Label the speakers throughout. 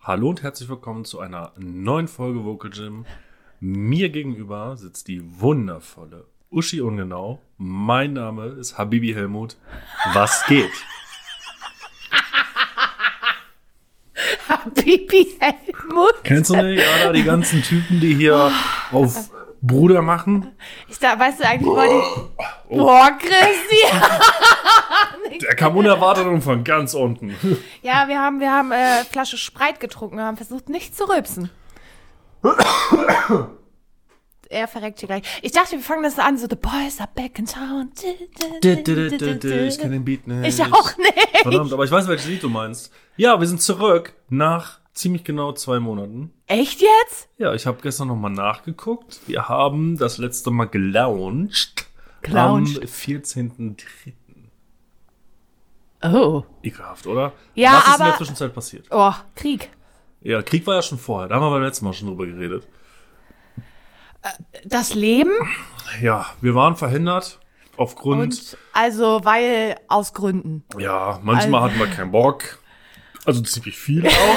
Speaker 1: Hallo und herzlich willkommen zu einer neuen Folge Vocal Gym. Mir gegenüber sitzt die wundervolle Uschi Ungenau. Mein Name ist Habibi Helmut. Was geht?
Speaker 2: Bibi Helmut.
Speaker 1: Kennst du nicht, Alter, die ganzen Typen, die hier auf Bruder machen?
Speaker 2: Ich da, weißt du, eigentlich wollte ich. Boah, Christi.
Speaker 1: Der kam unerwartet und von ganz unten.
Speaker 2: Ja, wir haben, wir haben äh, Flasche Spreit getrunken und haben versucht, nicht zu rülpsen. er verreckt hier gleich. Ich dachte, wir fangen das an, so The Boys are back in town.
Speaker 1: Ich kann den Beat nicht.
Speaker 2: Ich auch nicht.
Speaker 1: Verdammt, aber ich weiß, welches Lied du meinst. Ja, wir sind zurück nach ziemlich genau zwei Monaten.
Speaker 2: Echt jetzt?
Speaker 1: Ja, ich habe gestern nochmal nachgeguckt. Wir haben das letzte Mal gelauncht.
Speaker 2: Gelauncht.
Speaker 1: Am 14.3.
Speaker 2: Oh.
Speaker 1: Ekelhaft, oder?
Speaker 2: Ja,
Speaker 1: Was ist in der
Speaker 2: aber-
Speaker 1: Zwischenzeit passiert?
Speaker 2: Oh, Krieg.
Speaker 1: Ja, Krieg war ja schon vorher. Da haben wir beim letzten Mal schon drüber geredet.
Speaker 2: Das Leben
Speaker 1: Ja, wir waren verhindert. Aufgrund,
Speaker 2: und also, weil aus Gründen.
Speaker 1: ja, manchmal hatten wir keinen Bock. Also ziemlich viel auch.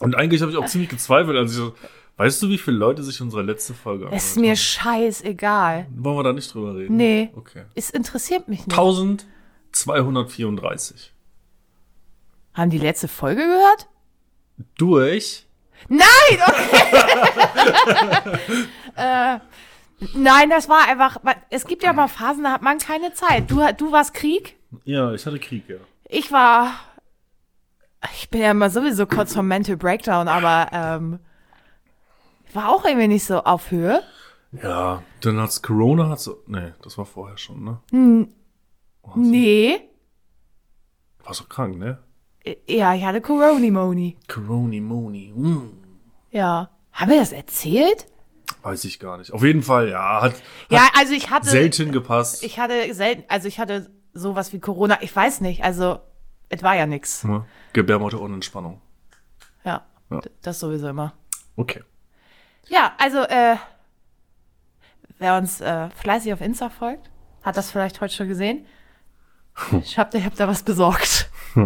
Speaker 1: und eigentlich habe ich auch ziemlich gezweifelt. Also ich so, weißt du, wie viele Leute sich unsere letzte Folge angehört
Speaker 2: Ist mir scheißegal.
Speaker 1: haben? Wollen wir da nicht drüber reden?
Speaker 2: Nee.
Speaker 1: Okay.
Speaker 2: Es interessiert mich nicht.
Speaker 1: 1234.
Speaker 2: Haben die letzte Folge gehört?
Speaker 1: Durch.
Speaker 2: Nein! Okay. äh, nein, das war einfach. Es gibt ja mal Phasen, da hat man keine Zeit. Du, du warst Krieg,
Speaker 1: Ja, ich hatte Krieg, ja.
Speaker 2: ich war. Ich bin ja immer sowieso kurz vom Mental Breakdown, aber ähm, war auch irgendwie nicht so auf Höhe.
Speaker 1: Ja, dann hat's Corona, hat's. Nee, das war vorher schon, ne?
Speaker 2: Nee.
Speaker 1: Warst doch krank, ne?
Speaker 2: Ja, ich hatte Corona-Moni.
Speaker 1: Corona, Moni. Hm.
Speaker 2: Ja. Haben wir das erzählt?
Speaker 1: Weiß ich gar nicht. Auf jeden Fall, ja. Hat, hat
Speaker 2: Ja, also ich hatte.
Speaker 1: selten gepasst.
Speaker 2: Ich hatte selten, also ich hatte sowas wie Corona, ich weiß nicht, also es war ja nix.
Speaker 1: Ne? Gebärmutter und Entspannung.
Speaker 2: Ja,
Speaker 1: Ja.
Speaker 2: d- das sowieso immer.
Speaker 1: Okay.
Speaker 2: Ja, also äh, wer uns äh, fleißig auf Insta folgt, hat das vielleicht heute schon gesehen. Ich hab, ich hab da was besorgt.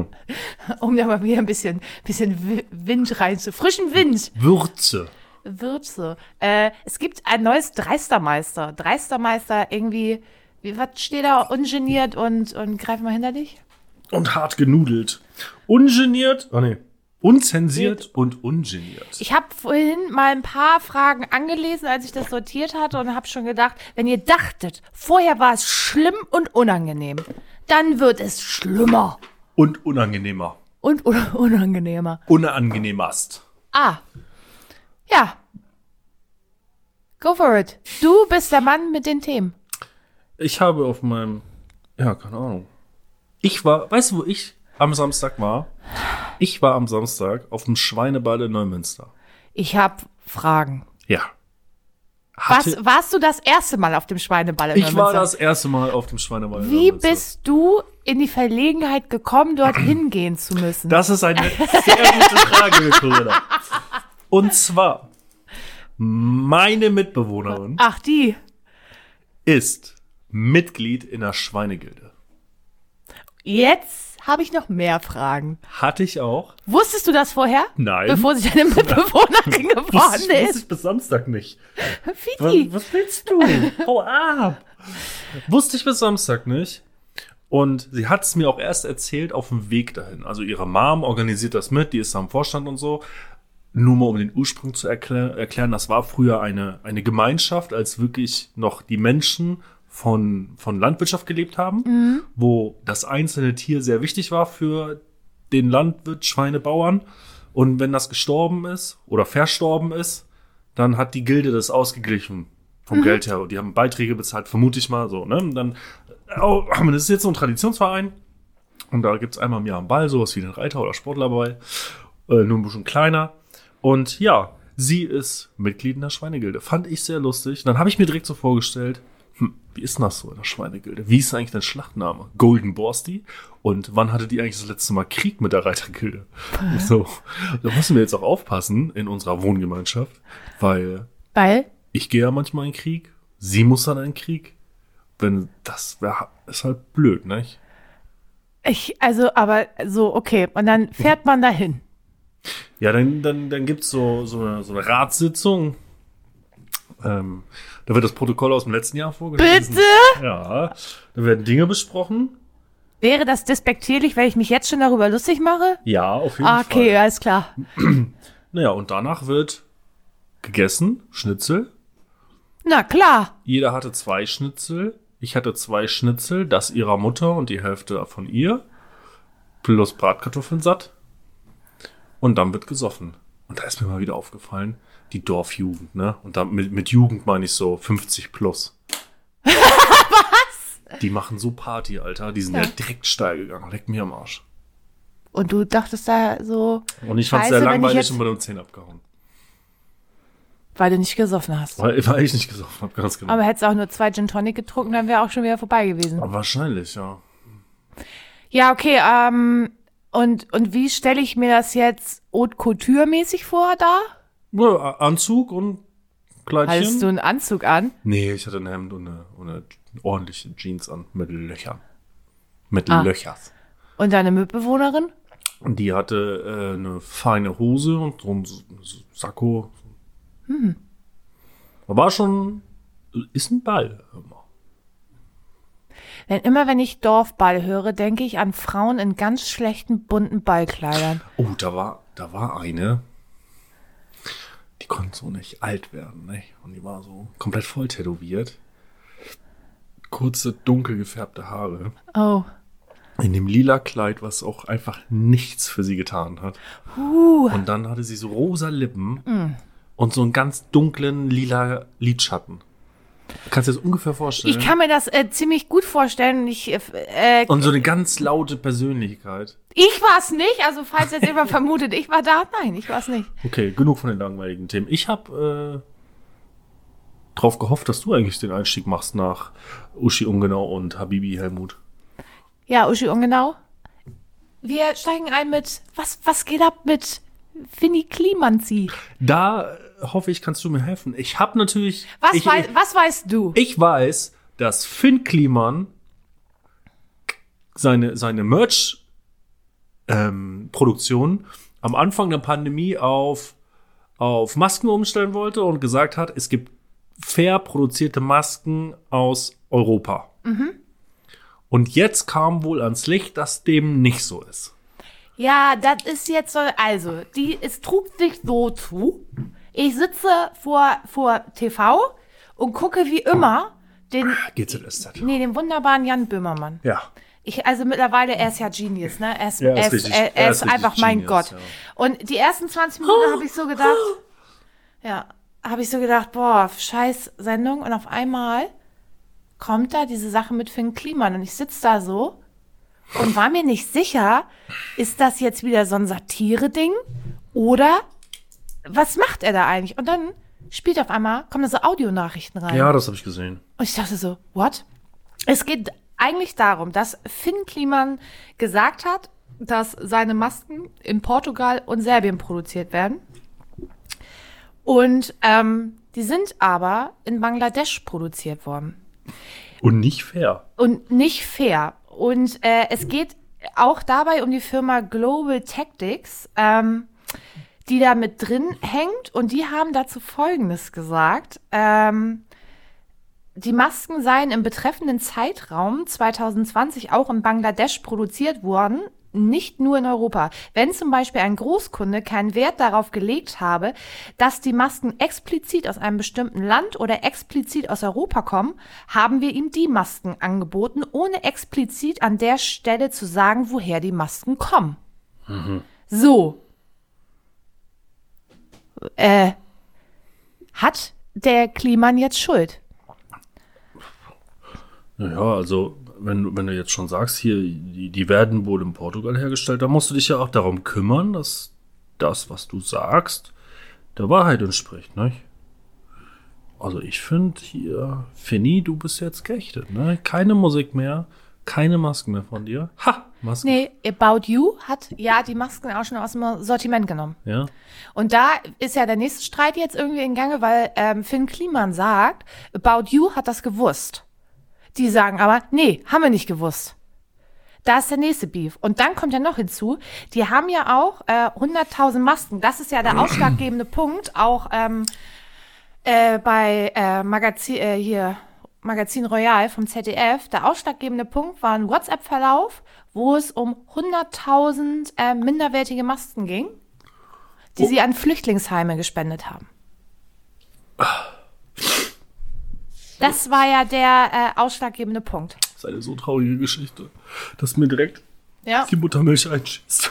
Speaker 2: Um da mal wieder ein bisschen, bisschen Wi- Wind rein zu, frischen Wind.
Speaker 1: Würze.
Speaker 2: Würze. Äh, es gibt ein neues Dreistermeister. Dreistermeister irgendwie, wie, was steht da? Ungeniert und, und greif mal hinter dich?
Speaker 1: Und hart genudelt. Ungeniert. Oh nee. Unzensiert und ungeniert.
Speaker 2: Ich habe vorhin mal ein paar Fragen angelesen, als ich das sortiert hatte und habe schon gedacht, wenn ihr dachtet, vorher war es schlimm und unangenehm, dann wird es schlimmer
Speaker 1: Und unangenehmer.
Speaker 2: und un unangenehmer.
Speaker 1: Unangenehmerst.
Speaker 2: Ah, ja. Go for it. Du bist der Mann mit den Themen.
Speaker 1: Ich habe auf meinem, ja, keine Ahnung. Ich war, weißt du, wo ich am Samstag war? Ich war am Samstag auf dem Schweineball in Neumünster.
Speaker 2: Ich habe Fragen.
Speaker 1: Ja.
Speaker 2: Was,
Speaker 1: Hatte,
Speaker 2: warst du das erste Mal auf dem Schweineball? in
Speaker 1: ich war
Speaker 2: Neumünster?
Speaker 1: das erste Mal auf dem Schweineball in
Speaker 2: Wie
Speaker 1: Neumünster.
Speaker 2: bist du in die Verlegenheit gekommen, dort hingehen zu müssen?
Speaker 1: Das ist eine sehr gute Frage, Corinna. Und zwar, meine Mitbewohnerin
Speaker 2: Ach, die.
Speaker 1: ist Mitglied in der Schweinegilde.
Speaker 2: Jetzt habe ich noch mehr Fragen.
Speaker 1: Hatte ich auch.
Speaker 2: Wusstest du das vorher?
Speaker 1: Nein.
Speaker 2: Bevor sie deine Mitbewohnerin geworden
Speaker 1: wusste
Speaker 2: ist.
Speaker 1: ich bis Samstag nicht.
Speaker 2: Fiti.
Speaker 1: Was willst du? Hau ab! Wusste ich bis Samstag nicht. Und sie hat es mir auch erst erzählt auf dem Weg dahin. Also ihre Mom organisiert das mit, die ist da im Vorstand und so. Nur mal um den Ursprung zu erklär erklären, das war früher eine, eine Gemeinschaft, als wirklich noch die Menschen von, von Landwirtschaft gelebt haben, wo das einzelne Tier sehr wichtig war für den Landwirt, Schweinebauern. Und wenn das gestorben ist oder verstorben ist, dann hat die Gilde das ausgeglichen vom Geld her. Und die haben Beiträge bezahlt, vermute ich mal so. Ne? Und dann, oh, das ist jetzt so ein Traditionsverein. Und da gibt's einmal im Jahr einen Ball, sowas wie den Reiter oder Sportlerball. Äh, nur ein bisschen kleiner. Und ja, sie ist Mitglied in der Schweinegilde. Fand ich sehr lustig. Dann habe ich mir direkt so vorgestellt, hm, wie ist denn das so in der Schweinegilde? Wie ist eigentlich dein Schlachtname? Golden Borsti? Und wann hatte die eigentlich das letzte Mal Krieg mit der Reitergilde? So, da müssen wir jetzt auch aufpassen in unserer Wohngemeinschaft, weil
Speaker 2: Weil,
Speaker 1: ich gehe ja manchmal in den Krieg, sie muss dann in den Krieg. Wenn das wär, ist halt blöd, nicht?
Speaker 2: ich, also, aber so, okay. Und dann fährt man dahin.
Speaker 1: Ja, dann, dann, dann gibt's so, so, eine, so eine Ratssitzung. Ähm, da wird das Protokoll aus dem letzten Jahr vorgelesen.
Speaker 2: Bitte?
Speaker 1: Ja, da werden Dinge besprochen.
Speaker 2: Wäre das despektierlich, wenn ich mich jetzt schon darüber lustig mache?
Speaker 1: Ja, auf jeden
Speaker 2: Ah, okay,
Speaker 1: Fall.
Speaker 2: alles klar.
Speaker 1: Naja, und danach wird gegessen, Schnitzel.
Speaker 2: Na klar.
Speaker 1: Jeder hatte zwei Schnitzel. Ich hatte zwei Schnitzel, das ihrer Mutter und die Hälfte von ihr. Plus Bratkartoffeln satt. Und dann wird gesoffen. Und da ist mir mal wieder aufgefallen, die Dorfjugend, ne? Und da, mit, mit Jugend meine ich so 50 plus. Was? Die machen so Party, Alter. Die sind ja,
Speaker 2: Ja.
Speaker 1: direkt steil gegangen. Leck mir am Arsch.
Speaker 2: Und du dachtest da so,
Speaker 1: Und ich fand's
Speaker 2: Scheiße,
Speaker 1: sehr
Speaker 2: wenn ich
Speaker 1: langweilig
Speaker 2: jetzt-
Speaker 1: und bin um 10 abgehauen.
Speaker 2: weil du nicht gesoffen hast.
Speaker 1: Weil, weil ich nicht gesoffen habe, ganz genau.
Speaker 2: Aber hättest auch nur zwei Gin Tonic getrunken, dann wäre auch schon wieder vorbei gewesen.
Speaker 1: Aber wahrscheinlich, ja.
Speaker 2: Ja, okay, ähm, und, und wie stelle ich mir das jetzt haute couture-mäßig vor da?
Speaker 1: Ja, Anzug und Kleidchen.
Speaker 2: Hattest du einen Anzug an?
Speaker 1: Nee, ich hatte ein Hemd und eine, und eine ordentliche Jeans an mit Löchern. Mit
Speaker 2: Ah.
Speaker 1: Löchers.
Speaker 2: Und deine Mitbewohnerin?
Speaker 1: Und die hatte äh, eine feine Hose und so ein S- S- Sakko. Hm. War schon. Ist ein Ball. hör mal.
Speaker 2: Denn immer wenn ich Dorfball höre, denke ich an Frauen in ganz schlechten bunten Ballkleidern.
Speaker 1: Oh, da war, da war eine. Die konnte so nicht alt werden, ne? Und die war so komplett voll tätowiert. Kurze, dunkel gefärbte Haare.
Speaker 2: Oh.
Speaker 1: In dem lila Kleid, was auch einfach nichts für sie getan hat.
Speaker 2: Uh,
Speaker 1: Und dann hatte sie so rosa Lippen
Speaker 2: Mm.
Speaker 1: und so einen ganz dunklen lila Lidschatten. Kannst du dir das ungefähr vorstellen?
Speaker 2: ich kann mir das äh, ziemlich gut vorstellen. Ich, äh, äh,
Speaker 1: und so eine ganz laute Persönlichkeit.
Speaker 2: ich war es nicht, also falls jetzt jemand vermutet, ich war da, nein, ich war es nicht.
Speaker 1: Okay, genug von den langweiligen Themen. Ich habe äh, drauf gehofft, dass du eigentlich den Einstieg machst nach Uschi Ungenau und Habibi Helmut.
Speaker 2: Ja, Uschi, ungenau. Wir steigen ein mit, was, was geht ab mit Finny Klimanzi?
Speaker 1: Da äh, hoffe ich, kannst du mir helfen. Ich habe natürlich.
Speaker 2: Was,
Speaker 1: ich,
Speaker 2: wei was weißt du?
Speaker 1: Ich weiß, dass Finn Kliman seine, seine Merch-Produktion am Anfang der Pandemie auf, auf Masken umstellen wollte und gesagt hat, es gibt fair produzierte Masken aus Europa. Und jetzt kam wohl ans Licht, dass dem nicht so ist.
Speaker 2: Ja, das ist jetzt so, also, die, es trug sich so zu. Ich sitze vor, vor TV und gucke wie immer den,
Speaker 1: GZSZ.
Speaker 2: nee, den wunderbaren Jan Böhmermann.
Speaker 1: Ja.
Speaker 2: Ich, also mittlerweile, er ist ja Genius, ne? Er ist,
Speaker 1: Ja, er
Speaker 2: er
Speaker 1: ist
Speaker 2: ist,
Speaker 1: richtig-
Speaker 2: er,
Speaker 1: er
Speaker 2: er
Speaker 1: ist
Speaker 2: ist
Speaker 1: richtig
Speaker 2: einfach mein
Speaker 1: Genius,
Speaker 2: Gott.
Speaker 1: ja. Oh.
Speaker 2: Und die ersten 20 Minuten habe ich so gedacht, ja, habe ich so gedacht, boah, scheiß Sendung. Und auf einmal kommt da diese Sache mit Finn Kliman und ich sitze da so und war mir nicht sicher, ist das jetzt wieder so ein Satire-Ding oder was macht er da eigentlich? Und dann spielt auf einmal, kommen da so Audionachrichten rein.
Speaker 1: Ja, das habe ich gesehen.
Speaker 2: Und ich dachte so, what? Es geht eigentlich darum, dass Finn Kliman gesagt hat, dass seine Masken in Portugal und Serbien produziert werden. Und ähm, die sind aber in Bangladesch produziert worden.
Speaker 1: Und nicht fair.
Speaker 2: Und nicht fair. Und äh, es geht auch dabei um die Firma Global Tactics, ähm, die da mit drin hängt. Und die haben dazu Folgendes gesagt. Ähm, die Masken seien im betreffenden Zeitraum 2020 auch in Bangladesch produziert worden, nicht nur in Europa. Wenn zum Beispiel ein Großkunde keinen Wert darauf gelegt habe, dass die Masken explizit aus einem bestimmten Land oder explizit aus Europa kommen, haben wir ihm die Masken angeboten, ohne explizit an der Stelle zu sagen, woher die Masken kommen. So. Äh, hat der Kliman jetzt Schuld?
Speaker 1: Naja, also wenn, du- wenn du jetzt schon sagst, hier, die, die werden wohl in Portugal hergestellt, dann musst du dich ja auch darum kümmern, dass das, was du sagst, der Wahrheit entspricht, nicht? Also ich finde hier, Finny, du bist jetzt geächtet, ne? Keine Musik mehr, keine Masken mehr von dir. Ha! Masken.
Speaker 2: Nee, About You hat ja die Masken auch schon aus dem Sortiment genommen.
Speaker 1: Ja.
Speaker 2: Und da ist ja der nächste Streit jetzt irgendwie in Gange, weil ähm, Finn Kliman sagt, About You hat das gewusst. Die sagen aber, nee, haben wir nicht gewusst. Da ist der nächste Beef. Und dann kommt ja noch hinzu, die haben ja auch äh, 100.000 Masken. Das ist ja der ausschlaggebende Punkt, auch ähm, äh, bei äh, Magazin, äh, hier, Magazin Royal vom ZDF. Der ausschlaggebende Punkt war ein WhatsApp-Verlauf, wo es um 100.000 äh, minderwertige Masken ging, die
Speaker 1: Oh.
Speaker 2: sie an Flüchtlingsheime gespendet haben. Das war ja der äh, ausschlaggebende Punkt.
Speaker 1: Das ist eine so traurige Geschichte, dass mir direkt
Speaker 2: Ja.
Speaker 1: die Muttermilch einschießt.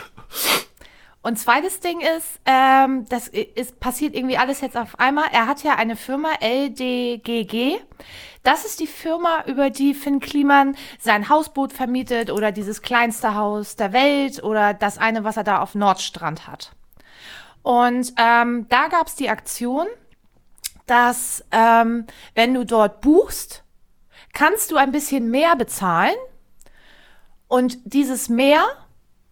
Speaker 2: Und zweites Ding ist, ähm, das i- ist, passiert irgendwie alles jetzt auf einmal. Er hat ja eine Firma, LDGG. Das ist die Firma, über die Finn Kliman sein Hausboot vermietet oder dieses kleinste Haus der Welt oder das eine, was er da auf Nordstrand hat. Und ähm, da gab es die Aktion, dass ähm, wenn du dort buchst, kannst du ein bisschen mehr bezahlen. Und dieses mehr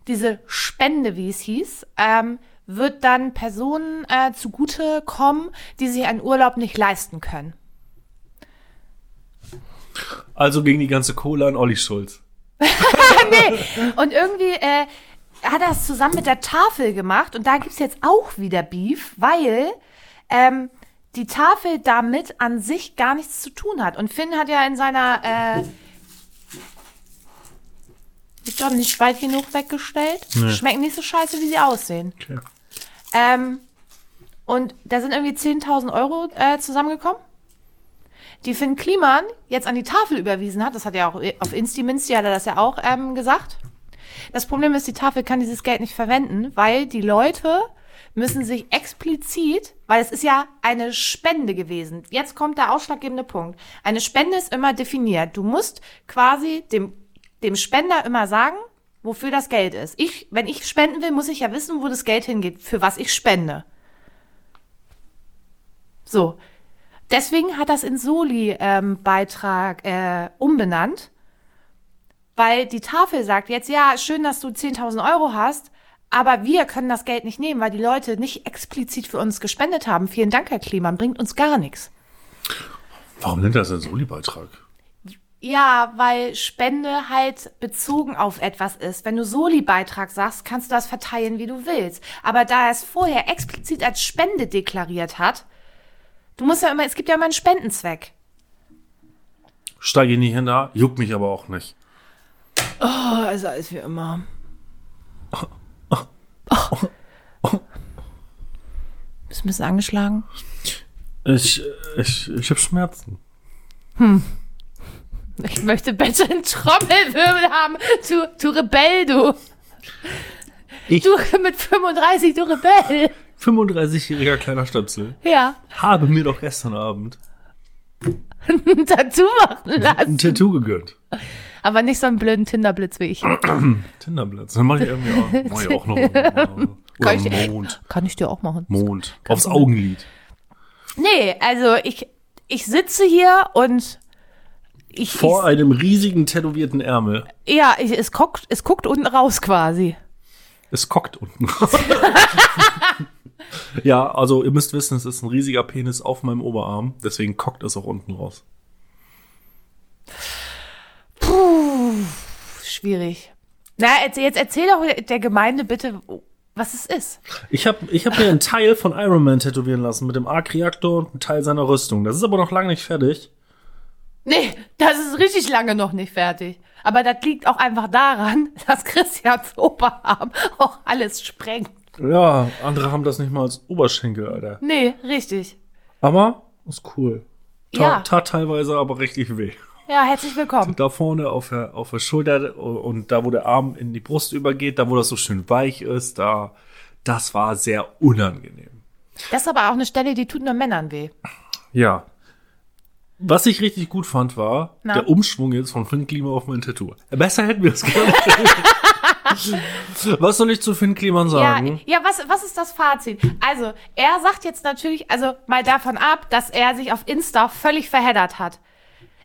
Speaker 2: diese Spende, wie es hieß, ähm, wird dann Personen äh, zugute kommen, die sich einen Urlaub nicht leisten können.
Speaker 1: Also gegen die ganze Kohle an Olli Schulz.
Speaker 2: Und irgendwie äh, hat er es zusammen mit der Tafel gemacht und da gibt's jetzt auch wieder Beef, weil ähm, die Tafel damit an sich gar nichts zu tun hat. Und Finn hat ja in seiner äh, ich glaube nicht weit genug weggestellt. Schmecken nicht so scheiße, wie sie aussehen.
Speaker 1: Okay.
Speaker 2: Ähm, und da sind irgendwie 10.000 Euro äh, zusammengekommen, die Finn Kliman jetzt an die Tafel überwiesen hat. Das hat er auch äh, auf Insti-Minsti hat er das ja auch ähm, gesagt. Das Problem ist, die Tafel kann dieses Geld nicht verwenden, weil die Leute müssen sich explizit, weil es ist ja eine Spende gewesen. Jetzt kommt der ausschlaggebende Punkt. Eine Spende ist immer definiert. Du musst quasi dem, dem Spender immer sagen, wofür das Geld ist. Ich, wenn ich spenden will, muss ich ja wissen, wo das Geld hingeht, für was ich spende. So. Deswegen hat das in Soli-Beitrag äh, umbenannt, weil die Tafel sagt jetzt, ja, schön, dass du 10.000 Euro hast, aber wir können das Geld nicht nehmen, weil die Leute nicht explizit für uns gespendet haben. Vielen Dank, Herr Kliman, bringt uns gar nichts.
Speaker 1: Warum nennt er das einen Soli-Beitrag?
Speaker 2: Ja, weil Spende halt bezogen auf etwas ist. Wenn du Soli-Beitrag sagst, kannst du das verteilen, wie du willst. Aber da er es vorher explizit als Spende deklariert hat, du musst ja immer, es gibt ja immer einen Spendenzweck.
Speaker 1: Steige nicht hin da, juckt mich aber auch nicht.
Speaker 2: Oh, also alles wie immer. Oh. Bist ein bisschen angeschlagen?
Speaker 1: Ich, ich, ich habe Schmerzen.
Speaker 2: Ich möchte bitte einen Trommelwirbel haben. Du, du Rebell, du.
Speaker 1: Ich-
Speaker 2: Du mit 35, du Rebell.
Speaker 1: 35-jähriger kleiner Stöpsel.
Speaker 2: Ja.
Speaker 1: Habe mir doch gestern Abend
Speaker 2: ein Tattoo machen lassen.
Speaker 1: ein Tattoo gegönnt.
Speaker 2: Aber nicht so einen blöden Tinderblitz wie ich.
Speaker 1: Tinderplatz. Dann mache ich irgendwie auch, mach ich auch noch. Oder
Speaker 2: Kann ich-
Speaker 1: Mond.
Speaker 2: Kann ich dir auch machen.
Speaker 1: Mond. Aufs Augenlid.
Speaker 2: Nee, also ich, ich sitze hier und ich,
Speaker 1: Vor einem riesigen tätowierten Ärmel.
Speaker 2: ich ja, ich, es guckt, es guckt unten raus quasi.
Speaker 1: Es kockt unten. ja, also ihr müsst wissen, es ist ein riesiger Penis auf meinem Oberarm. Deswegen kockt es auch unten raus.
Speaker 2: Schwierig. Na, jetzt, jetzt erzähl doch der Gemeinde bitte, was es ist.
Speaker 1: Ich habe ich hab mir einen Teil von Iron Man tätowieren lassen mit dem Arc-Reaktor und einem Teil seiner Rüstung. Das ist aber noch lange nicht fertig.
Speaker 2: Nee, das ist richtig lange noch nicht fertig. Aber das liegt auch einfach daran, dass Christians Oberarm auch alles sprengt.
Speaker 1: Ja, andere haben das nicht mal als Oberschenkel, Alter.
Speaker 2: Nee, richtig.
Speaker 1: Aber ist cool. Ta
Speaker 2: Ja.
Speaker 1: Tat teilweise aber richtig weh.
Speaker 2: Ja, herzlich willkommen.
Speaker 1: Da vorne auf der, auf der Schulter und da, wo der Arm in die Brust übergeht, da, wo das so schön weich ist, da, das war sehr unangenehm.
Speaker 2: Das ist aber auch eine Stelle, die tut nur Männern weh.
Speaker 1: Ja. Was ich richtig gut fand, war
Speaker 2: Na?
Speaker 1: der Umschwung jetzt von Finn Klima auf mein Tattoo. Besser hätten wir es gemacht. Was soll ich zu Finn Kliman
Speaker 2: Ja,
Speaker 1: sagen?
Speaker 2: ja was, was ist das Fazit? Also, er sagt jetzt natürlich, also mal davon ab, dass er sich auf Insta völlig verheddert hat.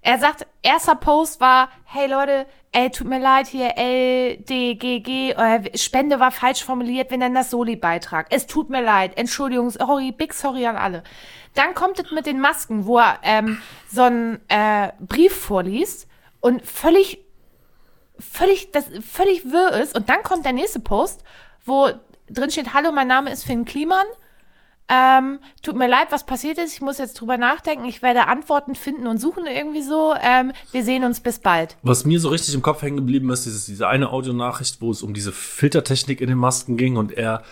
Speaker 2: Er sagt, erster Post war, hey Leute, ey, tut mir leid hier, LDGG, äh, Spende war falsch formuliert, wenn dann das Soli-Beitrag. Es tut mir leid, Entschuldigung, sorry, big sorry an alle. Dann kommt es mit den Masken, wo er ähm, so einen äh, Brief vorliest und völlig völlig, das völlig wirr ist. Und dann kommt der nächste Post, wo drin steht, hallo, mein Name ist Finn Kliman. Ähm, tut mir leid, was passiert ist. Ich muss jetzt drüber nachdenken. Ich werde Antworten finden und suchen irgendwie so. Ähm, wir sehen uns bis bald.
Speaker 1: Was mir so richtig im Kopf hängen geblieben ist, ist diese eine Audionachricht, wo es um diese Filtertechnik in den Masken ging und er,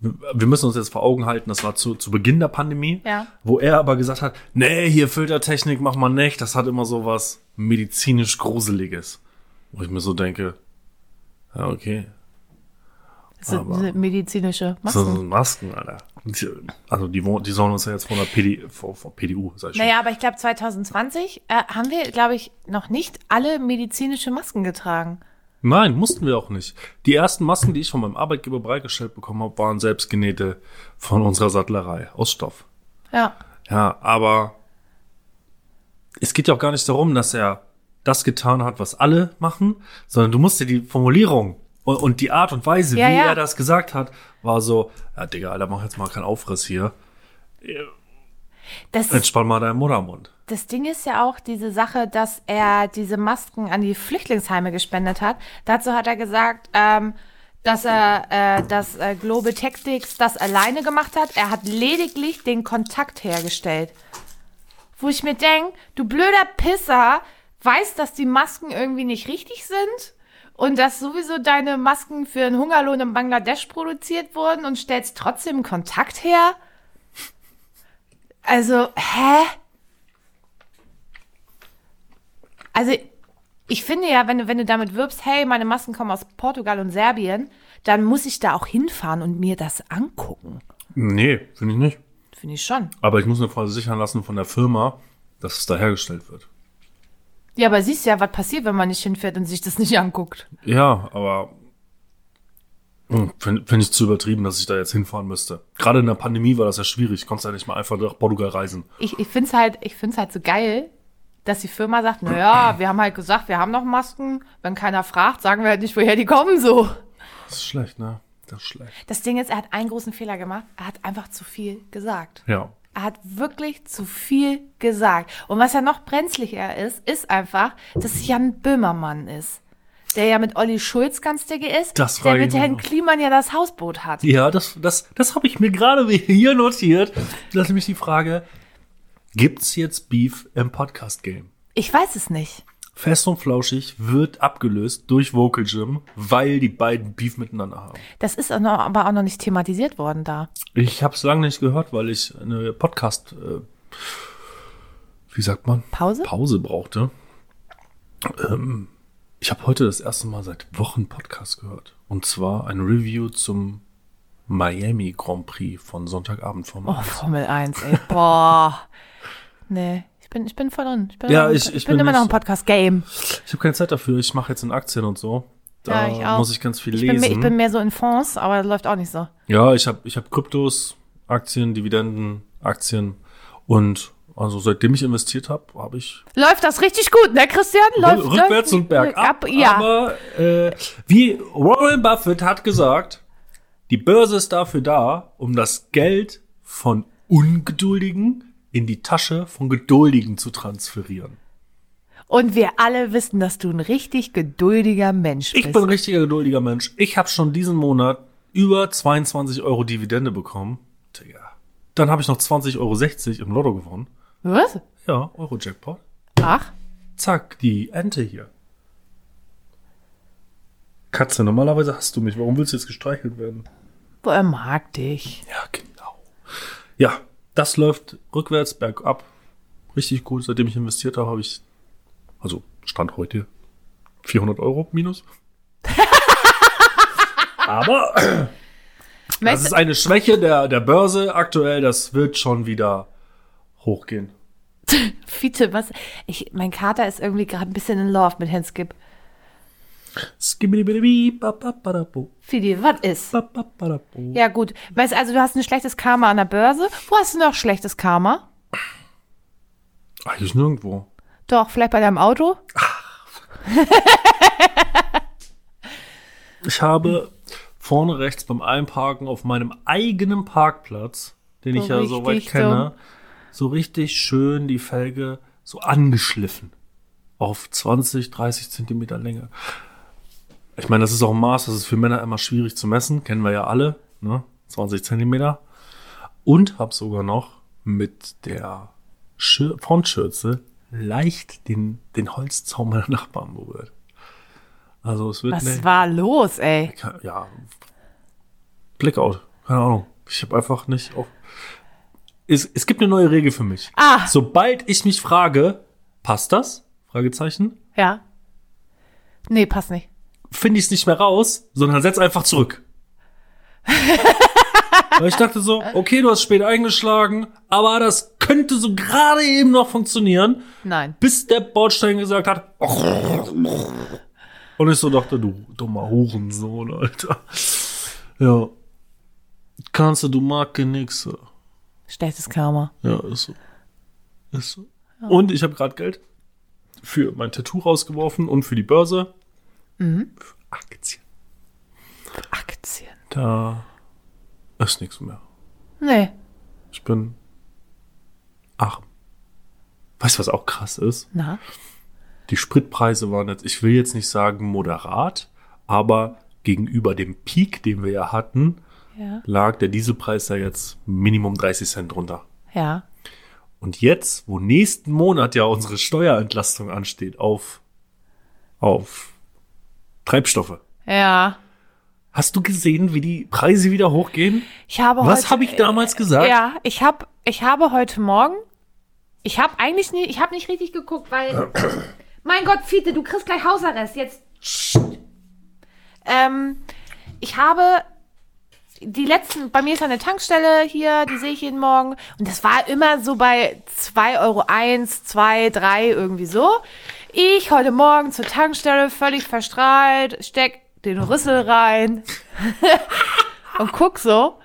Speaker 1: wir müssen uns jetzt vor Augen halten, das war zu, zu Beginn der Pandemie,
Speaker 2: Ja.
Speaker 1: wo er aber gesagt hat, nee, hier Filtertechnik mach mal nicht, das hat immer so was medizinisch Gruseliges. Wo ich mir so denke, ja, okay,
Speaker 2: Das sind
Speaker 1: Aber-
Speaker 2: diese
Speaker 1: so
Speaker 2: medizinische Masken.
Speaker 1: so Masken, Alter. Die- Also die, wo- die sollen uns ja jetzt von der PD, vor, vor PDU, sag ich schon.
Speaker 2: Naja, aber ich glaube 2020 äh, haben wir, glaube ich, noch nicht alle medizinische Masken getragen.
Speaker 1: Nein, mussten wir auch nicht. Die ersten Masken, die ich von meinem Arbeitgeber bereitgestellt bekommen habe, waren selbstgenähte von unserer Sattlerei aus Stoff.
Speaker 2: Ja.
Speaker 1: Ja, aber es geht ja auch gar nicht darum, dass er das getan hat, was alle machen, sondern du musst dir die Formulierung und, und die Art und Weise,
Speaker 2: Ja,
Speaker 1: wie
Speaker 2: ja.
Speaker 1: er das gesagt hat, war so, ja, Digga, Alter, mach jetzt mal keinen Aufriss hier.
Speaker 2: Das,
Speaker 1: Entspann mal deinen Muttermund.
Speaker 2: das Ding ist ja auch diese Sache, dass er diese Masken an die Flüchtlingsheime gespendet hat. Dazu hat er gesagt, ähm, dass er äh, das äh, Global Tactics das alleine gemacht hat. Er hat lediglich den Kontakt hergestellt. Wo ich mir denk, du blöder Pisser, weißt, dass die Masken irgendwie nicht richtig sind und dass sowieso deine Masken für einen Hungerlohn in Bangladesch produziert wurden und stellst trotzdem Kontakt her? Also, hä? Also, ich finde ja, wenn du, wenn du damit wirbst, hey, meine Masken kommen aus Portugal und Serbien, dann muss ich da auch hinfahren und mir das angucken.
Speaker 1: Nee, finde ich nicht.
Speaker 2: Finde ich schon.
Speaker 1: Aber ich muss mir vorher sichern lassen von der Firma, dass es da hergestellt wird.
Speaker 2: Ja, aber siehst ja, was passiert, wenn man nicht hinfährt und sich das nicht anguckt.
Speaker 1: Ja, aber finde find ich zu übertrieben, dass ich da jetzt hinfahren müsste. Gerade in der Pandemie war das ja schwierig. Konntest ja nicht mal einfach nach Portugal reisen.
Speaker 2: Ich, ich finde es halt, ich find's halt so geil, dass die Firma sagt, naja, wir haben halt gesagt, wir haben noch Masken. Wenn keiner fragt, sagen wir halt nicht, woher die kommen so.
Speaker 1: Das ist schlecht, ne? Das ist schlecht.
Speaker 2: Das Ding ist, er hat einen großen Fehler gemacht. Er hat einfach zu viel gesagt.
Speaker 1: Ja.
Speaker 2: Er hat wirklich zu viel gesagt. Und was ja noch brenzlicher ist, ist einfach, dass Jan Böhmermann ist. Der ja mit Olli Schulz ganz dicke ist.
Speaker 1: Das
Speaker 2: der
Speaker 1: frage ich
Speaker 2: mit
Speaker 1: mich
Speaker 2: Herrn
Speaker 1: auch.
Speaker 2: Kliman ja das Hausboot hat.
Speaker 1: Ja, das, das, das habe ich mir gerade hier notiert. Das ist nämlich die Frage, gibt's jetzt Beef im Podcast-Game?
Speaker 2: Ich weiß es nicht.
Speaker 1: Fest und Flauschig wird abgelöst durch Vocal Gym, weil die beiden Beef miteinander haben.
Speaker 2: Das ist auch noch, aber auch noch nicht thematisiert worden da.
Speaker 1: Ich habe es lange nicht gehört, weil ich eine Podcast, äh, wie sagt man?
Speaker 2: Pause?
Speaker 1: Pause brauchte. Ähm, ich habe heute das erste Mal seit Wochen Podcast gehört. Und zwar ein Review zum Miami Grand Prix von Sonntagabend vom
Speaker 2: Oh, Formel 1, ey. Boah. Nee. Ich bin, ich bin voll drin. Ich bin,
Speaker 1: Ja,
Speaker 2: immer noch-
Speaker 1: ich- ich
Speaker 2: bin,
Speaker 1: bin
Speaker 2: immer noch im
Speaker 1: nicht-
Speaker 2: Podcast-Game.
Speaker 1: Ich habe keine Zeit dafür. Ich mache jetzt in Aktien und so. Da
Speaker 2: Ja, ich auch.
Speaker 1: muss ich ganz viel
Speaker 2: Ich bin,
Speaker 1: lesen.
Speaker 2: mehr- ich bin mehr so in Fonds, aber das läuft auch nicht so.
Speaker 1: ja, ich habe ich hab Kryptos, Aktien, Dividenden, Aktien. Und also seitdem ich investiert habe, habe ich
Speaker 2: Läuft das richtig gut, ne, Christian? Läuft,
Speaker 1: Rück- rückwärts
Speaker 2: läuft,
Speaker 1: und bergab.
Speaker 2: ab, Ja.
Speaker 1: Aber äh, wie Warren Buffett hat gesagt, die Börse ist dafür da, um das Geld von Ungeduldigen in die Tasche von Geduldigen zu transferieren.
Speaker 2: Und wir alle wissen, dass du ein richtig geduldiger Mensch bist.
Speaker 1: Ich bin ein richtiger geduldiger Mensch. Ich habe schon diesen Monat über 22 Euro Dividende bekommen. Digga. Dann habe ich noch 20,60 Euro im Lotto gewonnen.
Speaker 2: Was?
Speaker 1: Ja, Euro-Jackpot.
Speaker 2: Ach,
Speaker 1: Zack, die Ente hier. Katze, normalerweise hast du mich. Warum willst du jetzt gestreichelt werden?
Speaker 2: er mag dich.
Speaker 1: Ja, genau. Ja, das läuft rückwärts, bergab. Richtig gut. Seitdem ich investiert habe, habe ich, also Stand heute, 400 Euro minus. Aber das
Speaker 2: Möchtest,
Speaker 1: ist eine Schwäche der, der Börse aktuell. Das wird schon wieder hochgehen.
Speaker 2: Fiete, was? Ich, mein Kater ist irgendwie gerade ein bisschen in love mit Herrn Skip.
Speaker 1: Skibidi-bidi-bi, ba-ba-ba-da-bo,
Speaker 2: Fidi, was ist?
Speaker 1: ba-ba-ba-da-bo.
Speaker 2: Ja, gut. Weißt also, du hast ein schlechtes Karma an der Börse. Wo hast du noch schlechtes Karma?
Speaker 1: Eigentlich nirgendwo.
Speaker 2: Doch, vielleicht bei deinem Auto?
Speaker 1: Ich habe vorne rechts beim Einparken auf meinem eigenen Parkplatz, den ich
Speaker 2: So
Speaker 1: ja so weit
Speaker 2: richtig
Speaker 1: kenne, so richtig schön die Felge so angeschliffen. Auf 20, 30 Zentimeter Länge. Ich meine, das ist auch ein Maß, das ist für Männer immer schwierig zu messen, kennen wir ja alle, ne? 20 Zentimeter. Und habe sogar noch mit der Schir Frontschürze leicht den, den Holzzaun meiner Nachbarn berührt. Also es wird
Speaker 2: Was
Speaker 1: eine-
Speaker 2: war los, ey?
Speaker 1: Ke- ja, Blackout, keine Ahnung. Ich habe einfach nicht auf. Es, es gibt eine neue Regel für mich.
Speaker 2: Ah.
Speaker 1: Sobald ich mich frage, passt das? Fragezeichen.
Speaker 2: Ja. Nee, passt nicht.
Speaker 1: Finde ich es nicht mehr raus, sondern setz einfach zurück. Weil ich dachte so, okay, du hast spät eingeschlagen, aber das könnte so gerade eben noch funktionieren,
Speaker 2: Nein.
Speaker 1: bis der Bordstein gesagt hat. Und ich so dachte, du dummer Hurensohn, Alter. Ja. Kannst du, du mag keine Nixe.
Speaker 2: Schlechtes Karma.
Speaker 1: Ja, ist so. Ist so. Und ich habe gerade Geld für mein Tattoo rausgeworfen und für die Börse. Für Aktien.
Speaker 2: Aktien.
Speaker 1: Da ist nichts mehr.
Speaker 2: Nee.
Speaker 1: Ich bin arm. Weißt du, was auch krass ist?
Speaker 2: Na?
Speaker 1: Die Spritpreise waren jetzt, ich will jetzt nicht sagen moderat, aber gegenüber dem Peak, den wir ja hatten,
Speaker 2: Ja.
Speaker 1: lag der Dieselpreis ja jetzt Minimum 30 Cent runter.
Speaker 2: Ja.
Speaker 1: Und jetzt, wo nächsten Monat ja unsere Steuerentlastung ansteht auf, auf Treibstoffe,
Speaker 2: Ja.
Speaker 1: hast du gesehen, wie die Preise wieder hochgehen?
Speaker 2: Ich habe
Speaker 1: Was
Speaker 2: Oh, heute- äh,
Speaker 1: habe ich damals gesagt?
Speaker 2: Ja, ich habe ich habe heute Morgen, ich habe eigentlich nie, ich habe nicht richtig geguckt, weil, mein Gott, Fiete, du kriegst gleich Hausarrest, jetzt. Ähm, ich habe die letzten, bei mir ist eine Tankstelle hier, die sehe ich jeden Morgen und das war immer so bei 2 Euro, 1, 2, 3, irgendwie so. Ich heute Morgen zur Tankstelle, völlig verstrahlt, steck den Rüssel rein und guck so.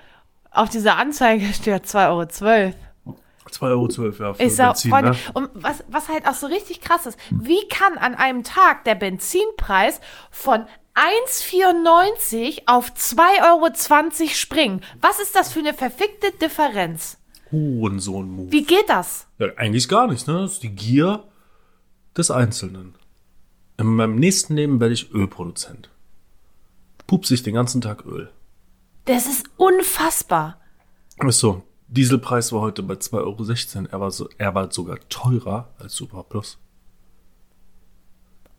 Speaker 2: Auf dieser Anzeige steht 2,12 Euro.
Speaker 1: 2,12 Euro ja, für
Speaker 2: Ich sag,
Speaker 1: Benzin,
Speaker 2: Freunde,
Speaker 1: ne?
Speaker 2: und was, was halt auch so richtig krass ist, wie kann an einem Tag der Benzinpreis von 1,94 auf 2,20 Euro springen? Was ist das für eine verfickte Differenz?
Speaker 1: Hurensohn-Move.
Speaker 2: Wie geht das?
Speaker 1: Ja, eigentlich gar nicht, ne? Das ist die Gier des Einzelnen. In meinem nächsten Leben werde ich Ölproduzent. Pups ich den ganzen Tag Öl.
Speaker 2: Das ist unfassbar.
Speaker 1: Ist so. Dieselpreis war heute bei 2,16 Euro. Er war, so, er war sogar teurer als Super Plus.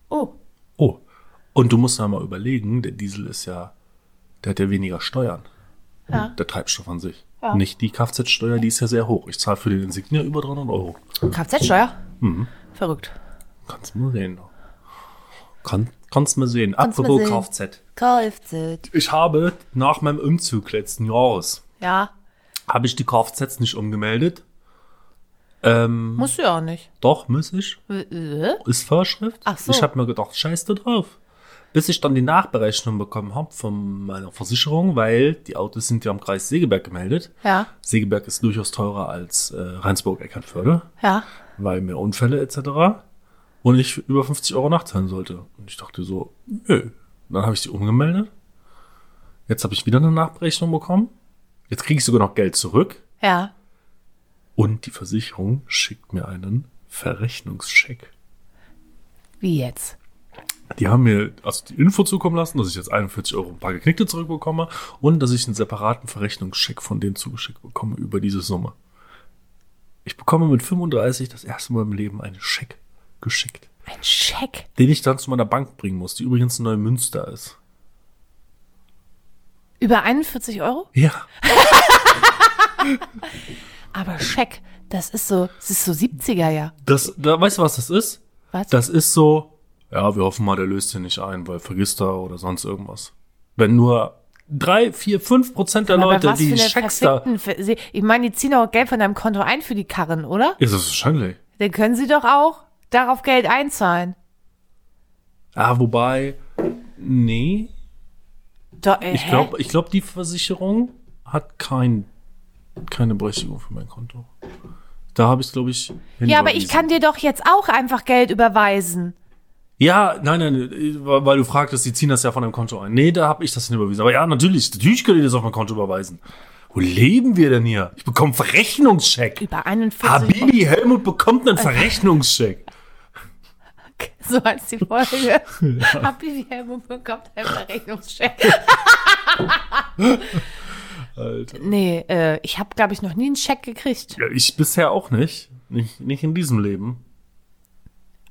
Speaker 2: Oh,
Speaker 1: Oh. Und du musst da mal überlegen, der Diesel ist ja, der hat ja weniger Steuern.
Speaker 2: Ja.
Speaker 1: Der Treibstoff an sich. Nicht die Kfz-Steuer, die ist ja sehr hoch. Ich zahle für den Insignia über 300 Euro.
Speaker 2: Kfz-Steuer?
Speaker 1: Mhm.
Speaker 2: Verrückt.
Speaker 1: Kannst du mal sehen. Kann, kannst du mal sehen.
Speaker 2: mal
Speaker 1: Apropos
Speaker 2: sehen.
Speaker 1: Kfz.
Speaker 2: Kfz.
Speaker 1: Ich habe nach meinem Umzug letzten Jahres,
Speaker 2: Ja,
Speaker 1: habe ich die Kfz nicht umgemeldet.
Speaker 2: musst du ja auch nicht.
Speaker 1: Doch, muss ich.
Speaker 2: Äh,
Speaker 1: Ist Vorschrift.
Speaker 2: Ach so.
Speaker 1: Ich habe mir gedacht, scheiß da drauf. Bis ich dann die Nachberechnung bekommen habe von meiner Versicherung, weil die Autos sind ja am Kreis Segeberg gemeldet.
Speaker 2: Ja.
Speaker 1: Segeberg ist durchaus teurer als äh, Rheinsburg-Eckernförde,
Speaker 2: Ja,
Speaker 1: weil mehr Unfälle etc. Und ich über 50 Euro nachzahlen sollte. Und ich dachte so, nö. Dann habe ich die umgemeldet. Jetzt habe ich wieder eine Nachberechnung bekommen. Jetzt kriege ich sogar noch Geld zurück.
Speaker 2: ja.
Speaker 1: Und die Versicherung schickt mir einen Verrechnungscheck.
Speaker 2: Wie jetzt?
Speaker 1: Die haben mir also die Info zukommen lassen, dass ich jetzt 41 Euro ein paar Geknickte zurückbekomme und dass ich einen separaten Verrechnungscheck von denen zugeschickt bekomme über diese Summe. Ich bekomme mit 35 das erste Mal im Leben einen Scheck geschickt,
Speaker 2: Ein Scheck.
Speaker 1: den ich dann zu meiner Bank bringen muss, die übrigens in Neumünster ist.
Speaker 2: Über 41 Euro?
Speaker 1: Ja,
Speaker 2: Aber Scheck, das ist so, das ist so 70er, ja.
Speaker 1: das, da, weißt du, was das ist?
Speaker 2: Was?
Speaker 1: Das ist so, ja, wir hoffen mal, der löst den nicht ein, weil vergisst er oder sonst irgendwas. Wenn nur drei, vier, fünf Prozent der
Speaker 2: Aber
Speaker 1: Leute,
Speaker 2: was für
Speaker 1: die
Speaker 2: eine
Speaker 1: Schecks da.
Speaker 2: verfickten Ver- Sie- Ich meine, die ziehen auch Geld von deinem Konto ein für die Karren, oder?
Speaker 1: Ist es wahrscheinlich.
Speaker 2: Dann können sie doch auch darauf Geld einzahlen.
Speaker 1: Ah, wobei, nee.
Speaker 2: Doch, äh,
Speaker 1: Ich
Speaker 2: hä?
Speaker 1: glaube, ich glaub, die Versicherung hat kein, keine Berechtigung für mein Konto. Da habe ich, glaube ich,
Speaker 2: Ja, aber ich
Speaker 1: hinverwiesen.
Speaker 2: kann dir doch jetzt auch einfach Geld überweisen.
Speaker 1: Ja, nein, nein, weil weil du fragtest, die ziehen das ja von deinem Konto ein. Nee, da habe ich das hin überwiesen. Aber ja, natürlich, natürlich könnt ihr das auf mein Konto überweisen. Wo leben wir denn hier? Ich bekomme einen Verrechnungscheck.
Speaker 2: Über 41 Äh.
Speaker 1: Habibi Helmut bekommt einen Verrechnungscheck.
Speaker 2: so als die Folge. Happy Werbung bekommt einfach Rechnungscheck.
Speaker 1: Alter.
Speaker 2: Nee, äh, ich habe, glaube ich, noch nie einen Scheck gekriegt.
Speaker 1: Ja, ich bisher auch nicht. nicht. Nicht in diesem Leben.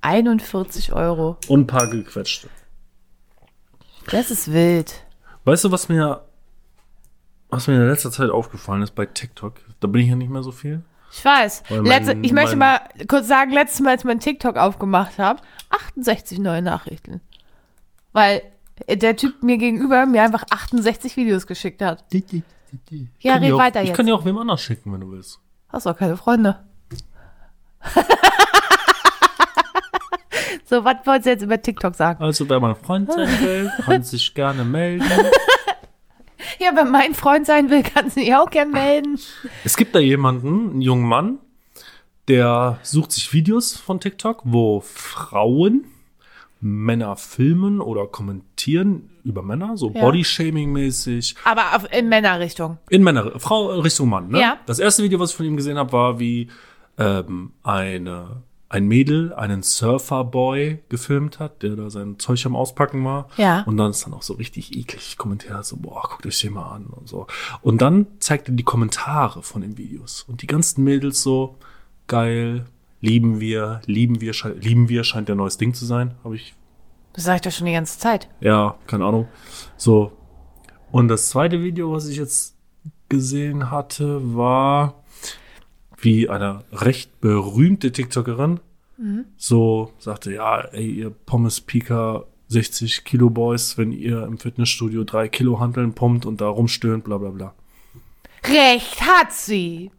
Speaker 2: 41 Euro.
Speaker 1: Und ein paar gequetschte.
Speaker 2: Das ist wild.
Speaker 1: Weißt du, was mir, was mir in letzter Zeit aufgefallen ist bei TikTok? Da bin ich ja nicht mehr so viel.
Speaker 2: Ich weiß.
Speaker 1: Weil mein-
Speaker 2: Letzte, ich möchte
Speaker 1: mein-
Speaker 2: mal kurz sagen, letztes Mal, als ich mein TikTok aufgemacht habe, 68 neue Nachrichten. Weil der Typ mir gegenüber mir einfach 68 Videos geschickt hat. Ja,
Speaker 1: Kann
Speaker 2: red
Speaker 1: dir auch,
Speaker 2: weiter
Speaker 1: ich
Speaker 2: jetzt.
Speaker 1: kann dir auch wem anders schicken, wenn du willst.
Speaker 2: Hast doch keine Freunde. so, was wolltest du jetzt über TikTok sagen?
Speaker 1: Also, wer mein Freund sein will, kann sich gerne melden.
Speaker 2: Ja, wenn mein Freund sein will, kannst du dich auch gern melden.
Speaker 1: Es gibt da jemanden, einen jungen Mann, der sucht sich Videos von TikTok, wo Frauen Männer filmen oder kommentieren über Männer, so
Speaker 2: Ja.
Speaker 1: Bodyshaming-mäßig.
Speaker 2: Aber auf, in Männerrichtung.
Speaker 1: In Männer, Frau äh, Richtung Mann, ne?
Speaker 2: Ja.
Speaker 1: Das erste Video, was ich von ihm gesehen habe, war, wie ähm, eine, ein Mädel einen Surferboy gefilmt hat, der da sein Zeug am Auspacken war.
Speaker 2: Ja.
Speaker 1: Und dann ist dann auch so richtig eklig kommentiert hat, so, boah, guckt euch den mal an und so. Und dann zeigt er die Kommentare von den Videos. Und die ganzen Mädels so, geil, lieben wir, lieben wir, schei- lieben wir scheint der neues Ding zu sein, habe ich
Speaker 2: Das sag ich doch schon die ganze Zeit.
Speaker 1: ja, keine Ahnung. So. Und das zweite Video, was ich jetzt gesehen hatte, war, wie eine recht berühmte TikTokerin so sagte, ja, ey, ihr Pommes-Piker 60 Kilo Boys, wenn ihr im Fitnessstudio drei Kilo Hanteln pumpt und da rumstöhnt, bla bla bla.
Speaker 2: Recht hat sie.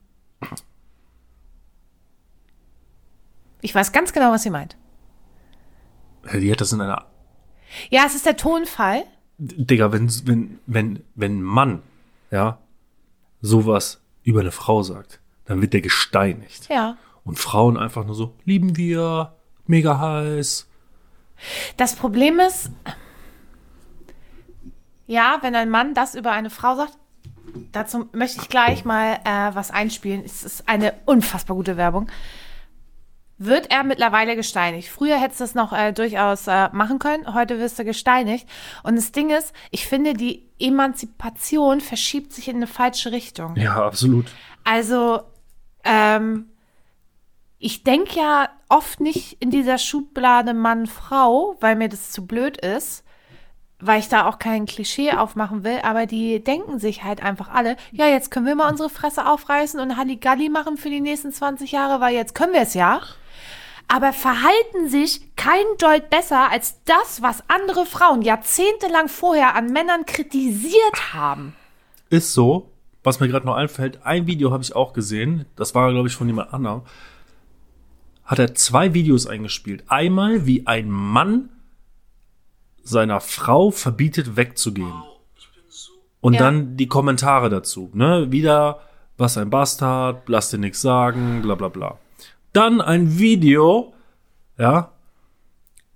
Speaker 2: Ich weiß ganz genau, was sie meint.
Speaker 1: Hey, Die hat das in einer,
Speaker 2: Ja, es ist der Tonfall.
Speaker 1: Digga, wenn, wenn, wenn, wenn ein Mann, ja, sowas über eine Frau sagt, dann wird der gesteinigt.
Speaker 2: Ja.
Speaker 1: Und Frauen einfach nur so, lieben wir, mega heiß.
Speaker 2: Das Problem ist, ja, wenn ein Mann das über eine Frau sagt, dazu möchte ich gleich mal äh, was einspielen. Es ist eine unfassbar gute Werbung. Wird er mittlerweile gesteinigt? Früher hättest du es noch äh, durchaus äh, machen können, heute wirst du gesteinigt. Und das Ding ist, ich finde, die Emanzipation verschiebt sich in eine falsche Richtung.
Speaker 1: Ja, absolut.
Speaker 2: Also, ähm, ich denke ja oft nicht in dieser Schublade Mann-Frau, weil mir das zu blöd ist, weil ich da auch kein Klischee aufmachen will, aber die denken sich halt einfach alle, ja, jetzt können wir mal unsere Fresse aufreißen und Halligalli machen für die nächsten 20 Jahre, weil jetzt können wir es ja. Aber verhalten sich kein Deut besser als das, was andere Frauen jahrzehntelang vorher an Männern kritisiert haben.
Speaker 1: Ist so. Was mir gerade noch einfällt, ein Video habe ich auch gesehen. Das war, glaube ich, von jemand anderem. Hat er zwei Videos eingespielt. Einmal, wie ein Mann seiner Frau verbietet, wegzugehen. Und
Speaker 2: Ja.
Speaker 1: dann die Kommentare dazu. Ne? Wieder, was ein Bastard, lass dir nichts sagen, bla bla bla. Dann ein Video, ja,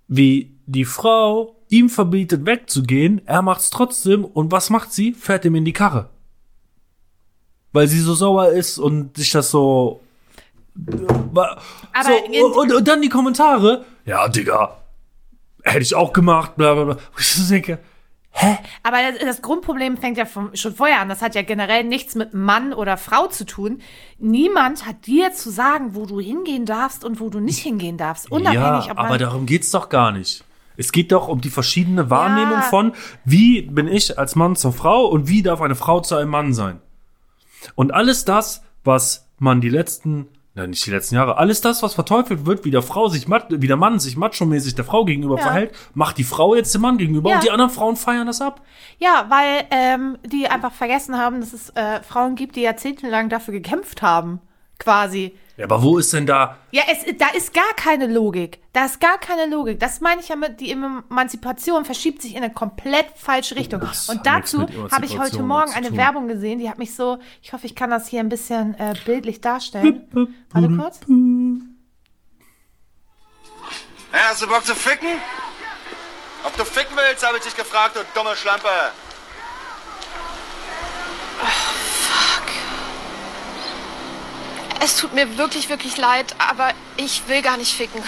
Speaker 1: wie die Frau ihm verbietet, wegzugehen, er macht's trotzdem und was macht sie? Fährt ihm in die Karre. Weil sie so sauer ist und sich das so. Aber so,
Speaker 2: jetzt-
Speaker 1: und, und dann die Kommentare. Ja, Digga, hätte ich auch gemacht, bla bla bla. Wo Ich so denke,
Speaker 2: Aber das, das Grundproblem fängt ja vom, schon vorher an. Das hat ja generell nichts mit Mann oder Frau zu tun. Niemand hat dir zu sagen, wo du hingehen darfst und wo du nicht hingehen darfst. Unabhängig,
Speaker 1: ja,
Speaker 2: ob man,
Speaker 1: aber darum geht's doch gar nicht. Es geht doch um die verschiedene Wahrnehmung
Speaker 2: Ja.
Speaker 1: von, wie bin ich als Mann zur Frau und wie darf eine Frau zu einem Mann sein. Und alles das, was man die letzten, nein, nicht die letzten Jahre, alles das, was verteufelt wird, wie der Frau sich mat, wie der Mann sich machomäßig der Frau gegenüber
Speaker 2: Ja.
Speaker 1: verhält, macht die Frau jetzt dem Mann gegenüber
Speaker 2: Ja.
Speaker 1: und die anderen Frauen feiern das ab.
Speaker 2: ja, weil ähm, die einfach vergessen haben, dass es äh, Frauen gibt, die jahrzehntelang dafür gekämpft haben. Quasi.
Speaker 1: Ja, aber wo ist denn da,
Speaker 2: Ja, es, da ist gar keine Logik. Da ist gar keine Logik. Das meine ich ja mit, die Emanzipation verschiebt sich in eine komplett falsche Richtung.
Speaker 1: Das
Speaker 2: Und
Speaker 1: hat nichts
Speaker 2: dazu
Speaker 1: mit
Speaker 2: habe ich heute
Speaker 1: Emanzipation
Speaker 2: Morgen
Speaker 1: zu
Speaker 2: eine
Speaker 1: tun.
Speaker 2: Werbung gesehen, die hat mich so, ich hoffe, ich kann das hier ein bisschen äh, bildlich darstellen. Warte kurz.
Speaker 3: Ja, hast du Bock zu ficken? Ob du ficken willst, habe ich dich gefragt, du dumme Schlampe.
Speaker 4: Es tut mir wirklich, wirklich leid, aber ich will gar nicht ficken.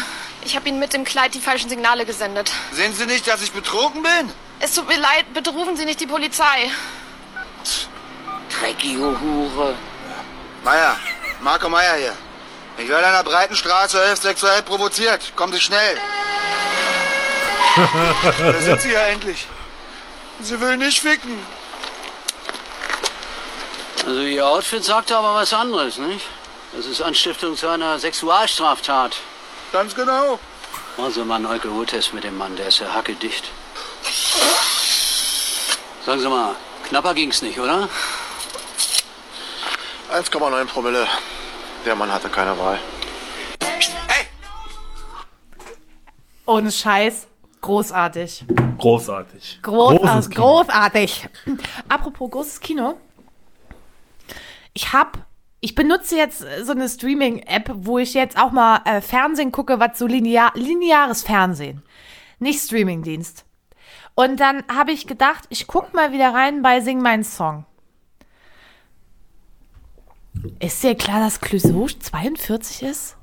Speaker 4: Ich habe Ihnen mit dem Kleid die falschen Signale gesendet.
Speaker 3: Sehen Sie nicht, dass ich betrunken bin?
Speaker 4: Es tut mir leid, bitte rufen Sie nicht die Polizei.
Speaker 5: Dreckige Hure.
Speaker 3: Meier, Marco Meier hier. Ich werde an der breiten Straße 11 sexuell provoziert. Kommen Sie schnell. da sind Sie ja endlich. Sie will nicht ficken.
Speaker 5: Also Ihr Outfit sagt aber was anderes, nicht? Das ist Anstiftung zu einer Sexualstraftat.
Speaker 3: Ganz genau.
Speaker 5: Also mal einen Alkoholtest mit dem Mann, der ist ja hackedicht. Sagen Sie mal, knapper ging's nicht, oder?
Speaker 6: 1,9 Promille. Der Mann hatte keine Wahl.
Speaker 2: Ohne Scheiß. Großartig.
Speaker 1: Großartig.
Speaker 2: Großartig.
Speaker 1: Großes Kino.
Speaker 2: großartig. Apropos großes Kino. Ich hab, ich benutze jetzt äh, so eine Streaming-App, wo ich jetzt auch mal äh, Fernsehen gucke, was so linear, lineares Fernsehen. Nicht Streaming-Dienst. Und dann habe ich gedacht, ich guck mal wieder rein bei Sing meinen Song. Ist dir klar, dass Clouseau 42 ist?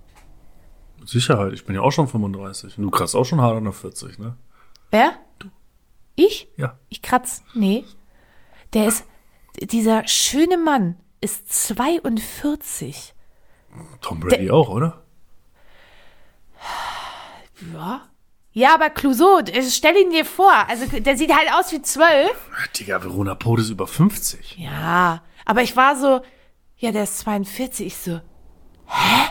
Speaker 1: Mit Sicherheit, ich bin ja auch schon 35. Und du kratzt auch schon hart an der 40, ne?
Speaker 2: Wer? Du. Ich?
Speaker 1: Ja.
Speaker 2: Ich kratz. Nee. Der ist. Dieser schöne Mann ist 42.
Speaker 1: Tom Brady auch, oder?
Speaker 2: Ja? Ja, aber Clouseau, d- stell ihn dir vor. Also, der sieht halt aus wie 12.
Speaker 1: Ja, Digga, Verona Pot ist über 50.
Speaker 2: Ja. Aber ich war so. Ja, der ist 42. Ich so. Hä?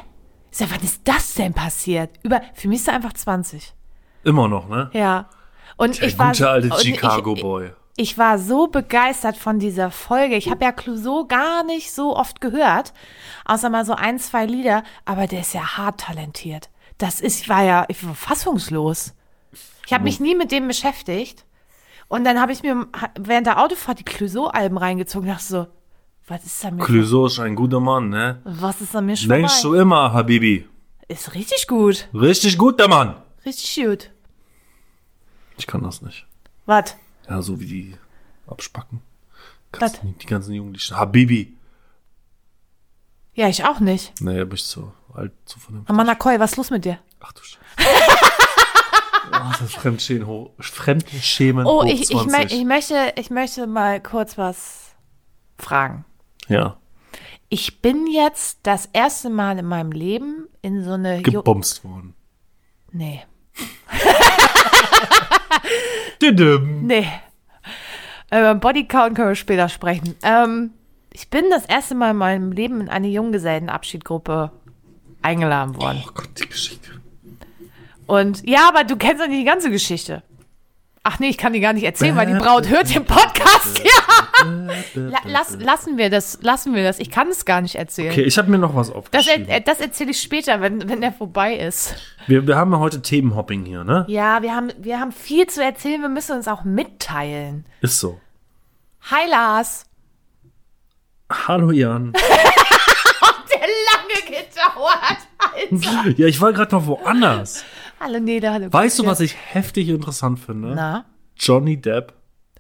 Speaker 2: Ich sag, wann ist das denn passiert? Über. Für mich ist er einfach 20.
Speaker 1: Immer noch, ne?
Speaker 2: Ja. Und
Speaker 1: Der
Speaker 2: ich war.
Speaker 1: gute alte
Speaker 2: und ich-
Speaker 1: Chicago
Speaker 2: ich,
Speaker 1: Boy.
Speaker 2: Ich war so begeistert von dieser Folge. Ich habe ja Clouseau gar nicht so oft gehört, außer mal so ein, zwei Lieder, aber der ist ja hart talentiert. Das ist, ich war ja ich war fassungslos. Ich habe mich nie mit dem beschäftigt. Und dann habe ich mir ha- während der Autofahrt die Clouseau-Alben reingezogen und dachte so, was ist an mir,
Speaker 1: Clouseau ist ein guter Mann, ne?
Speaker 2: was ist an mir schon
Speaker 1: Denkst du immer, Habibi.
Speaker 2: Ist richtig gut,
Speaker 1: Richtig gut, der Mann.
Speaker 2: richtig gut.
Speaker 1: Ich kann das nicht.
Speaker 2: Was?
Speaker 1: Ja, so wie die abspacken.
Speaker 2: Was?
Speaker 1: Ganzen, die ganzen Jungen, die sch- Habibi.
Speaker 2: Ja, ich auch nicht.
Speaker 1: Nee, da bin ich zu alt, zu vernünftig.
Speaker 2: Amanda Coy, was ist los mit dir?
Speaker 1: Ach du Scheiße. oh, das Fremdschämen hoch. Fremdschämen
Speaker 2: Oh,
Speaker 1: hoch
Speaker 2: ich, ich, mö-
Speaker 1: 20.
Speaker 2: ich, möchte, ich möchte mal kurz was fragen.
Speaker 1: ja,
Speaker 2: Ich bin jetzt das erste Mal in meinem Leben in so eine. Jo-
Speaker 1: gebomst worden.
Speaker 2: nee,
Speaker 1: Didim.
Speaker 2: nee. Über Bodycount können wir später sprechen. Ähm, ich bin das erste Mal in meinem Leben in eine Junggesellenabschiedgruppe eingeladen worden.
Speaker 1: Oh Gott, die Geschichte.
Speaker 2: Und ja, aber du kennst doch nicht die ganze Geschichte. Ach nee, ich kann die gar nicht erzählen, weil die Braut hört den Podcast. Ja. La- Lass, lassen wir das, lassen wir das. Ich kann es gar nicht erzählen.
Speaker 1: Okay, ich habe mir noch was
Speaker 2: Das,
Speaker 1: aufgeschrieben.
Speaker 2: er, das erzähle ich später, wenn, wenn er vorbei ist.
Speaker 1: wir, wir haben ja heute Themenhopping hier, ne?
Speaker 2: Ja, wir haben, wir haben viel zu erzählen, wir müssen uns auch mitteilen.
Speaker 1: Ist so.
Speaker 2: Hi Lars.
Speaker 1: Hallo Jan.
Speaker 2: Der lange gedauert. Alter.
Speaker 1: ja, ich war gerade noch woanders.
Speaker 2: Hallo Nele, hallo.
Speaker 1: Weißt du,
Speaker 2: Christian.
Speaker 1: was ich heftig interessant finde?
Speaker 2: Na?
Speaker 1: Johnny Depp.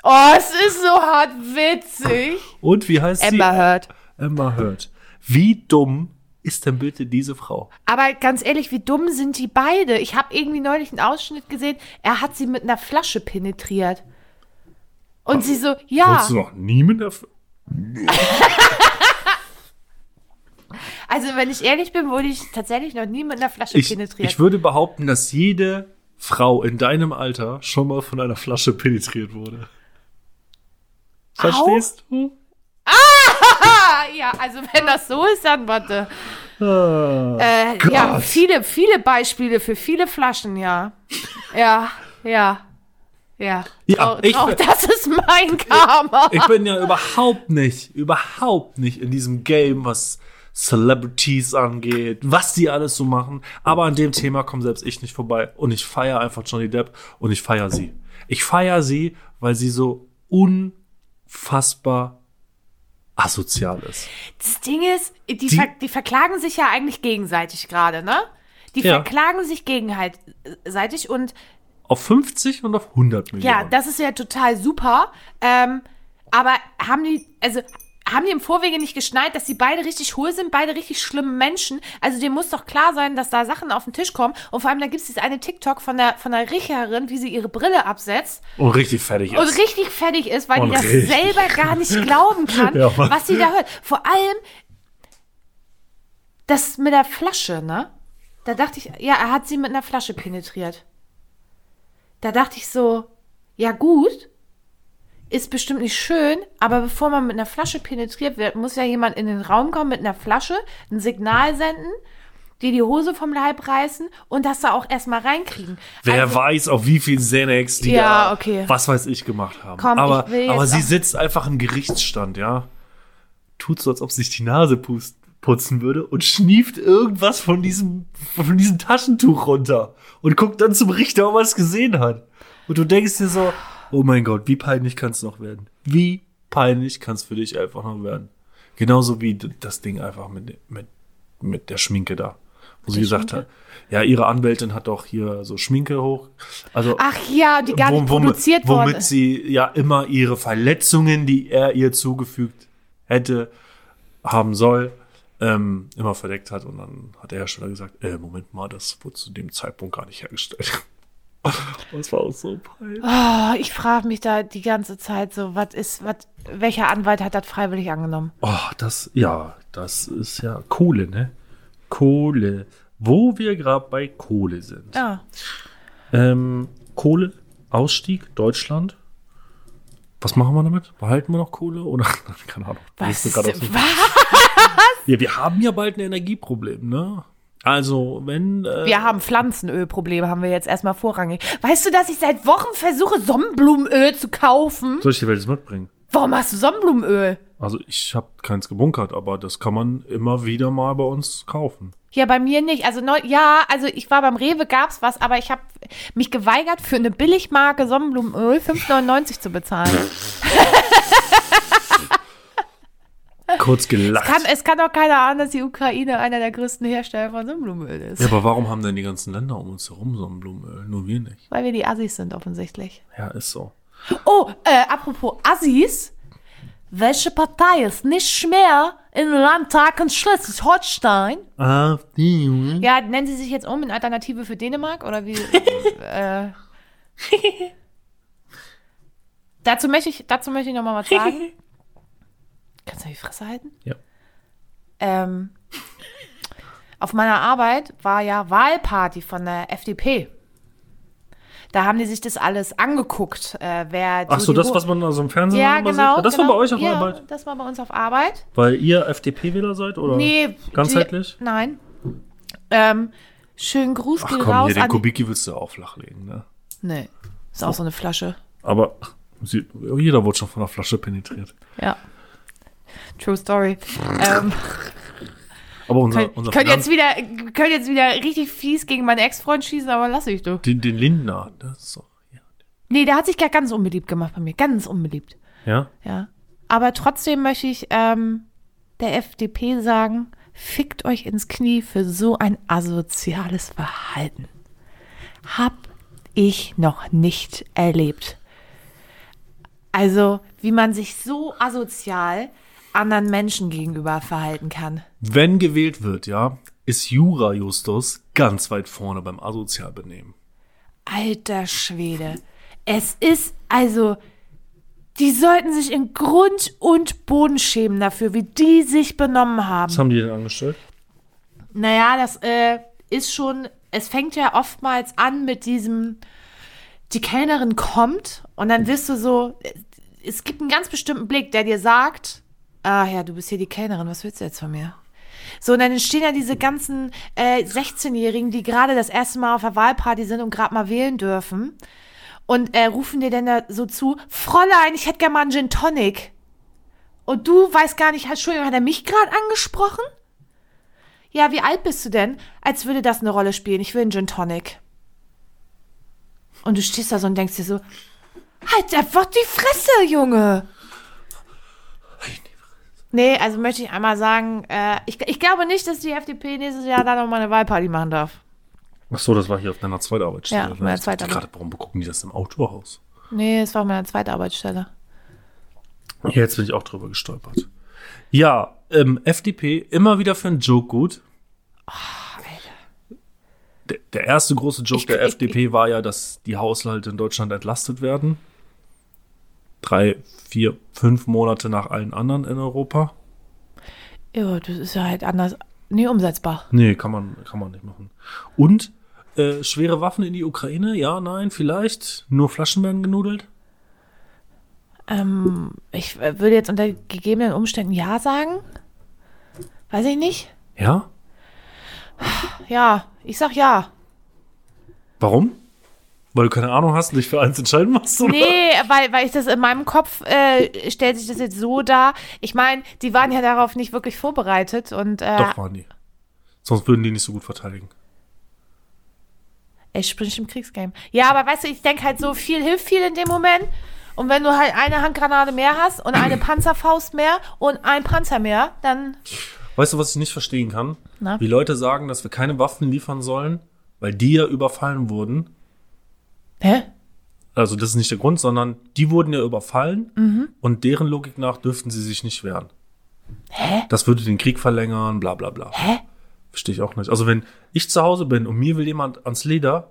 Speaker 2: Oh, es ist so hart witzig.
Speaker 1: Und wie heißt
Speaker 2: Amber
Speaker 1: sie?
Speaker 2: Heard.
Speaker 1: Amber Heard. Wie dumm ist denn bitte diese Frau?
Speaker 2: Aber ganz ehrlich, wie dumm sind die beide? Ich habe irgendwie neulich einen Ausschnitt gesehen, er hat sie mit einer Flasche penetriert.
Speaker 1: Ah,
Speaker 2: Und sie so, ja,
Speaker 1: Wolltest du noch nie mit der... F
Speaker 2: also wenn ich ehrlich bin, wurde ich tatsächlich noch nie mit einer Flasche
Speaker 1: ich,
Speaker 2: penetriert.
Speaker 1: ich würde behaupten, dass jede Frau in deinem Alter schon mal von einer Flasche penetriert wurde. Verstehst du?
Speaker 2: Ja, also wenn das so ist, dann warte.
Speaker 1: Ah.
Speaker 2: äh, ja, viele, viele Beispiele für viele Flaschen, ja. Ja, ja, ja.
Speaker 1: Ja,
Speaker 2: Trau-
Speaker 1: ich-
Speaker 2: trau- das ist mein Karma.
Speaker 1: Ich bin ja überhaupt nicht, überhaupt nicht in diesem Game, was Celebrities angeht, was die alles so machen. Aber an dem Thema komme selbst ich nicht vorbei. Und ich feiere einfach Johnny Depp und ich feiere sie. Ich feiere sie, weil sie so unfassbar asozial ist.
Speaker 2: Das Ding ist, die, ver die verklagen sich ja eigentlich gegenseitig gerade, ne? Die
Speaker 1: Ja.
Speaker 2: verklagen sich gegenseitig und
Speaker 1: Auf 50 und auf 100 Millionen.
Speaker 2: ja, das ist ja total super. Ähm, aber haben die, also haben die im Vorwege nicht geschneit, dass die beide richtig hohl sind, beide richtig schlimme Menschen. Also dir muss doch klar sein, dass da Sachen auf den Tisch kommen. Und vor allem, da gibt es dieses eine TikTok von der, von der Richterin, wie sie ihre Brille absetzt
Speaker 1: Und richtig fertig ist.
Speaker 2: und richtig fertig ist, weil
Speaker 1: Und
Speaker 2: die das
Speaker 1: richtig.
Speaker 2: selber gar nicht glauben kann,
Speaker 1: Ja, Mann.
Speaker 2: was sie da hört. Vor allem das mit der Flasche, ne? Da dachte ich, ja, er hat sie mit einer Flasche penetriert. Da dachte ich so, ja gut, ist bestimmt nicht schön, aber bevor man mit einer Flasche penetriert wird, muss ja jemand in den Raum kommen mit einer Flasche, ein Signal senden, dir die Hose vom Leib reißen und das da auch erstmal reinkriegen.
Speaker 1: Wer
Speaker 2: Also-
Speaker 1: weiß, auf wie viel Xanax die
Speaker 2: Ja,
Speaker 1: da,
Speaker 2: okay.
Speaker 1: was weiß ich, gemacht haben.
Speaker 2: Komm,
Speaker 1: aber
Speaker 2: ich will jetzt
Speaker 1: aber sie
Speaker 2: auch-
Speaker 1: sitzt einfach im Gerichtsstand, ja. Tut so, als ob sich die Nase pust, putzen würde und schnieft irgendwas von diesem, von diesem Taschentuch runter und guckt dann zum Richter, ob er es gesehen hat. Und du denkst dir so, oh mein Gott, wie peinlich kann es noch werden? Wie peinlich kann es für dich einfach noch werden? Genauso wie d- das Ding einfach mit, mit, mit der Schminke da. Wo sie gesagt hat, ja, ihre Anwältin hat doch hier so Schminke hoch. Also,
Speaker 2: Ach ja, die gar nicht
Speaker 1: wo- womit-
Speaker 2: produziert
Speaker 1: womit
Speaker 2: worden ist.
Speaker 1: sie ja immer ihre Verletzungen, die er ihr zugefügt hätte, haben soll, ähm, immer verdeckt hat. Und dann hat der Hersteller gesagt, äh, Moment mal, das wurde zu dem Zeitpunkt gar nicht hergestellt. Das war auch so peinlich.
Speaker 2: Oh, ich frage mich da die ganze Zeit so, was ist, was, welcher Anwalt hat das freiwillig angenommen?
Speaker 1: Oh, das, ja, das ist ja Kohle, ne? Kohle. Wo wir gerade bei Kohle sind.
Speaker 2: Ja.
Speaker 1: Ähm, Kohle, Ausstieg, Deutschland. Was machen wir damit? Behalten wir noch Kohle oder? Keine Ahnung.
Speaker 2: Was?
Speaker 1: Wir sind gerade aus dem-
Speaker 2: was?
Speaker 1: Ja, wir haben ja bald ein Energieproblem, ne? Also, wenn. Äh,
Speaker 2: Wir haben Pflanzenölprobleme, haben wir jetzt erstmal vorrangig. Weißt du, dass ich seit Wochen versuche, Sonnenblumenöl zu kaufen?
Speaker 1: Soll ich dir welches mitbringen?
Speaker 2: Warum hast du Sonnenblumenöl?
Speaker 1: Also, ich habe keins gebunkert, aber das kann man immer wieder mal bei uns kaufen.
Speaker 2: Ja, bei mir nicht. Also neu, ja, also ich war beim Rewe, gab's was, aber ich habe mich geweigert, für eine Billigmarke Sonnenblumenöl 5,99 zu bezahlen.
Speaker 1: Kurz gelacht.
Speaker 2: Kann, Äh, es kann doch keiner ahnen, dass die Ukraine einer der größten Hersteller von Sonnenblumenöl ist.
Speaker 1: ja, aber warum haben denn die ganzen Länder um uns herum Sonnenblumenöl? Nur wir nicht.
Speaker 2: Weil wir die Assis sind, offensichtlich.
Speaker 1: Ja, ist so.
Speaker 2: Oh, äh, apropos Assis. Welche Partei ist nicht mehr im Landtag in Schleswig-Holstein?
Speaker 1: Ah, die, Junge.
Speaker 2: Ja, nennen sie sich jetzt um in Alternative für Dänemark oder wie? äh, dazu möchte ich, dazu möchte ich noch mal was sagen. Kannst du die Fresse halten?
Speaker 1: Ja.
Speaker 2: Ähm, auf meiner Arbeit war ja Wahlparty von der FDP. Da haben die sich das alles angeguckt, äh, wer.
Speaker 1: Ach so,
Speaker 2: die
Speaker 1: das,
Speaker 2: Ru-
Speaker 1: was man da so im Fernsehen
Speaker 2: ja,
Speaker 1: immer sieht?
Speaker 2: genau.
Speaker 1: Das
Speaker 2: genau.
Speaker 1: war bei euch auf
Speaker 2: ja,
Speaker 1: Arbeit.
Speaker 2: Das war bei uns auf Arbeit.
Speaker 1: Weil ihr FDP-Wähler seid? Oder
Speaker 2: Nee,
Speaker 1: Ganzheitlich?
Speaker 2: Die, nein. Ähm, schönen Gruß
Speaker 1: Ach
Speaker 2: geht
Speaker 1: komm,
Speaker 2: raus
Speaker 1: hier den
Speaker 2: an die-
Speaker 1: Kubicki willst du auch flachlegen, ne?
Speaker 2: Nee. Ist auch so eine Flasche.
Speaker 1: Aber ach, sie- jeder wurde schon von einer Flasche penetriert.
Speaker 2: Ja. True Story. Ähm,
Speaker 1: Aber unser,
Speaker 2: könnt,
Speaker 1: unser
Speaker 2: könnt,
Speaker 1: Finanz-
Speaker 2: jetzt wieder, könnt jetzt wieder richtig fies gegen meinen Ex-Freund schießen, aber lass ich du.
Speaker 1: den, den Lindner, das ist doch, ja.
Speaker 2: Nee, der hat sich gar ganz unbeliebt gemacht bei mir. Ganz unbeliebt.
Speaker 1: ja?
Speaker 2: Ja. Aber trotzdem möchte ich ähm, der FDP sagen, fickt euch ins Knie für so ein asoziales Verhalten. Hab ich noch nicht erlebt. Also, wie man sich so asozial anderen Menschen gegenüber verhalten kann.
Speaker 1: Wenn gewählt wird, ja, ist Jura Justus ganz weit vorne beim Asozialbenehmen.
Speaker 2: Alter Schwede. Es ist also, die sollten sich in Grund und Boden schämen dafür, wie die sich benommen haben.
Speaker 1: Was haben die denn angestellt?
Speaker 2: Naja, das äh, ist schon, es fängt ja oftmals an mit diesem, die Kellnerin kommt und dann wirst du so, äh, es gibt einen ganz bestimmten Blick, der dir sagt, ah ja, du bist hier die Kellnerin, was willst du jetzt von mir? So, und dann entstehen ja diese ganzen äh, 16-Jährigen, die gerade das erste Mal auf der Wahlparty sind und gerade mal wählen dürfen. Und äh, rufen dir dann da so zu, Fräulein, ich hätte gerne mal einen Gin Tonic. Und du weißt gar nicht, Entschuldigung, hat er mich gerade angesprochen? Ja, wie alt bist du denn? Als würde das eine Rolle spielen. Ich will einen Gin Tonic. Und du stehst da so und denkst dir so, halt einfach die Fresse, Junge. Nee, also möchte ich einmal sagen, äh, ich, ich glaube nicht, dass die FDP nächstes Jahr da nochmal eine Wahlparty machen darf.
Speaker 1: Ach so, das war hier auf deiner ne? Zweitarbeitsstelle.
Speaker 2: Ja, auf meiner
Speaker 1: Ich dachte
Speaker 2: Zweitarbeit.
Speaker 1: Gerade, warum gucken die das im Autohaus?
Speaker 2: Nee, es war auf meiner zweiten Arbeitsstelle.
Speaker 1: Jetzt bin ich auch drüber gestolpert. Ja, ähm, FDP immer wieder für einen Joke gut. Der, der erste große Joke
Speaker 2: Ich-
Speaker 1: der
Speaker 2: ich-
Speaker 1: FDP war ja, dass die Haushalte in Deutschland entlastet werden. Drei, vier, fünf Monate nach allen anderen in Europa.
Speaker 2: Ja, das ist ja halt anders. Nee, umsetzbar.
Speaker 1: Nee, kann man, kann man nicht machen. Und äh, schwere Waffen in die Ukraine? Ja, nein, vielleicht. Nur Flaschen werden genudelt?
Speaker 2: Ähm, ich äh, würde jetzt unter gegebenen Umständen Ja sagen. Weiß ich nicht.
Speaker 1: Ja?
Speaker 2: Ja, ich sag Ja.
Speaker 1: Warum? Weil du keine Ahnung hast und dich für eins entscheiden musst? Oder?
Speaker 2: Nee, weil, weil ich das in meinem Kopf äh, stellt sich das jetzt so dar. Ich meine, die waren ja darauf nicht wirklich vorbereitet und äh,
Speaker 1: Doch, waren die. Sonst würden die nicht so gut verteidigen.
Speaker 2: ich springe im Kriegsgame. Ja, aber weißt du, ich denke halt so, viel hilft viel in dem Moment. Und wenn du halt eine Handgranate mehr hast und eine Panzerfaust mehr und ein Panzer mehr, dann
Speaker 1: Weißt du, was ich nicht verstehen kann?
Speaker 2: Na?
Speaker 1: Wie Leute sagen, dass wir keine Waffen liefern sollen, weil die ja überfallen wurden.
Speaker 2: Hä?
Speaker 1: Also das ist nicht der Grund, sondern die wurden ja überfallen und deren Logik nach dürften sie sich nicht wehren. Hä? Das würde den Krieg verlängern, bla bla bla. Hä? Verstehe ich auch nicht. Also wenn ich zu Hause bin und mir will jemand ans Leder,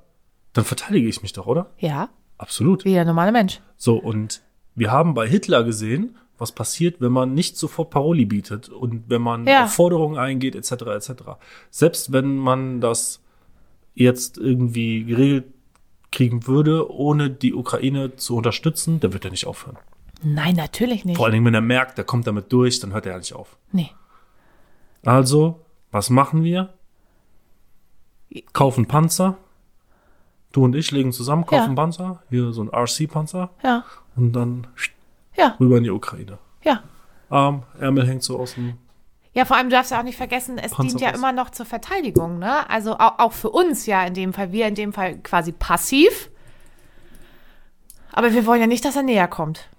Speaker 1: dann verteidige ich mich doch, oder?
Speaker 2: Ja,
Speaker 1: Absolut.
Speaker 2: wie der normale Mensch.
Speaker 1: So, und wir haben bei Hitler gesehen, was passiert, wenn man nicht sofort Paroli bietet und wenn man
Speaker 2: Ja.
Speaker 1: auf Forderungen eingeht, etc., etc. Selbst wenn man das jetzt irgendwie geregelt kriegen würde, ohne die Ukraine zu unterstützen, der wird er nicht aufhören.
Speaker 2: Nein, natürlich nicht.
Speaker 1: Vor allen Dingen, wenn er merkt, der kommt damit durch, dann hört er ja nicht auf.
Speaker 2: Nee.
Speaker 1: Also, was machen wir? Kaufen Panzer. Du und ich legen zusammen, kaufen
Speaker 2: Ja.
Speaker 1: Panzer. Hier so ein RC-Panzer.
Speaker 2: Ja,
Speaker 1: Und dann
Speaker 2: ja,
Speaker 1: rüber in die Ukraine.
Speaker 2: ja.
Speaker 1: Arm, Ärmel hängt so aus dem.
Speaker 2: Ja, vor allem du darfst ja auch nicht vergessen, es
Speaker 1: Panzer
Speaker 2: dient ja
Speaker 1: raus.
Speaker 2: immer noch zur Verteidigung, ne? Also auch, auch für uns ja in dem Fall, wir in dem Fall quasi passiv. Aber wir wollen ja nicht, dass er näher kommt.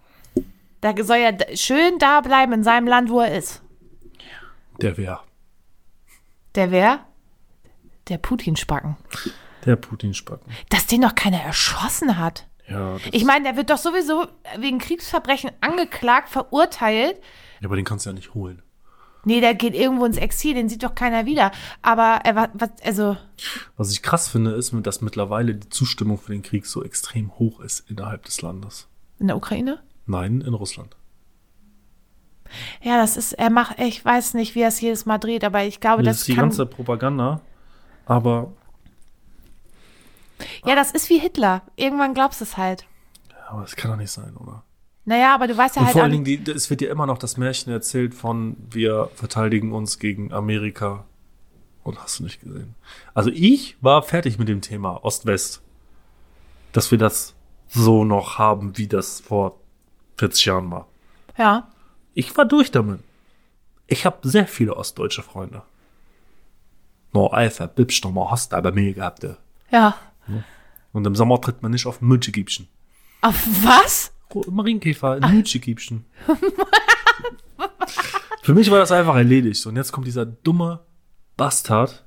Speaker 2: Da soll er d- schön da bleiben in seinem Land, wo er ist.
Speaker 1: Der wer?
Speaker 2: Der wer? Der Putin-Spacken.
Speaker 1: Der Putin-Spacken.
Speaker 2: Dass den noch keiner erschossen hat.
Speaker 1: Ja, das,
Speaker 2: Ich meine, der wird doch sowieso wegen Kriegsverbrechen angeklagt, verurteilt.
Speaker 1: ja, aber den kannst du ja nicht holen.
Speaker 2: Nee, der geht irgendwo ins Exil, den sieht doch keiner wieder. Aber er war, was, also,
Speaker 1: Was ich krass finde, ist, dass mittlerweile die Zustimmung für den Krieg so extrem hoch ist innerhalb des Landes.
Speaker 2: in der Ukraine?
Speaker 1: Nein, in Russland.
Speaker 2: Ja, das ist, er macht, ich weiß nicht, wie er es jedes Mal dreht, aber ich glaube,
Speaker 1: das
Speaker 2: das,
Speaker 1: ist die
Speaker 2: kann.
Speaker 1: ganze Propaganda. Aber
Speaker 2: ja, das ist wie Hitler. Irgendwann glaubst du es halt.
Speaker 1: aber das kann doch nicht sein, oder?
Speaker 2: Naja, aber du weißt ja
Speaker 1: Und
Speaker 2: halt
Speaker 1: vor
Speaker 2: auch
Speaker 1: allen Dingen,
Speaker 2: nicht.
Speaker 1: die, es wird ja immer noch das Märchen erzählt von wir verteidigen uns gegen Amerika. Und hast du nicht gesehen. Also ich war fertig mit dem Thema Ost-West. Dass wir das so noch haben, wie das vor 40 Jahren war.
Speaker 2: Ja.
Speaker 1: Ich war durch damit. Ich habe sehr viele ostdeutsche Freunde. No Alpha, Bibsch, no mal hast aber mehr gehabt. ey.
Speaker 2: Ja.
Speaker 1: Und im Sommer tritt man nicht auf Mütschegiebchen.
Speaker 2: Auf was?
Speaker 1: Marienkäfer,
Speaker 2: Ah.
Speaker 1: ein Mütschegiebchen. Für mich war das einfach erledigt. Und jetzt kommt dieser dumme Bastard.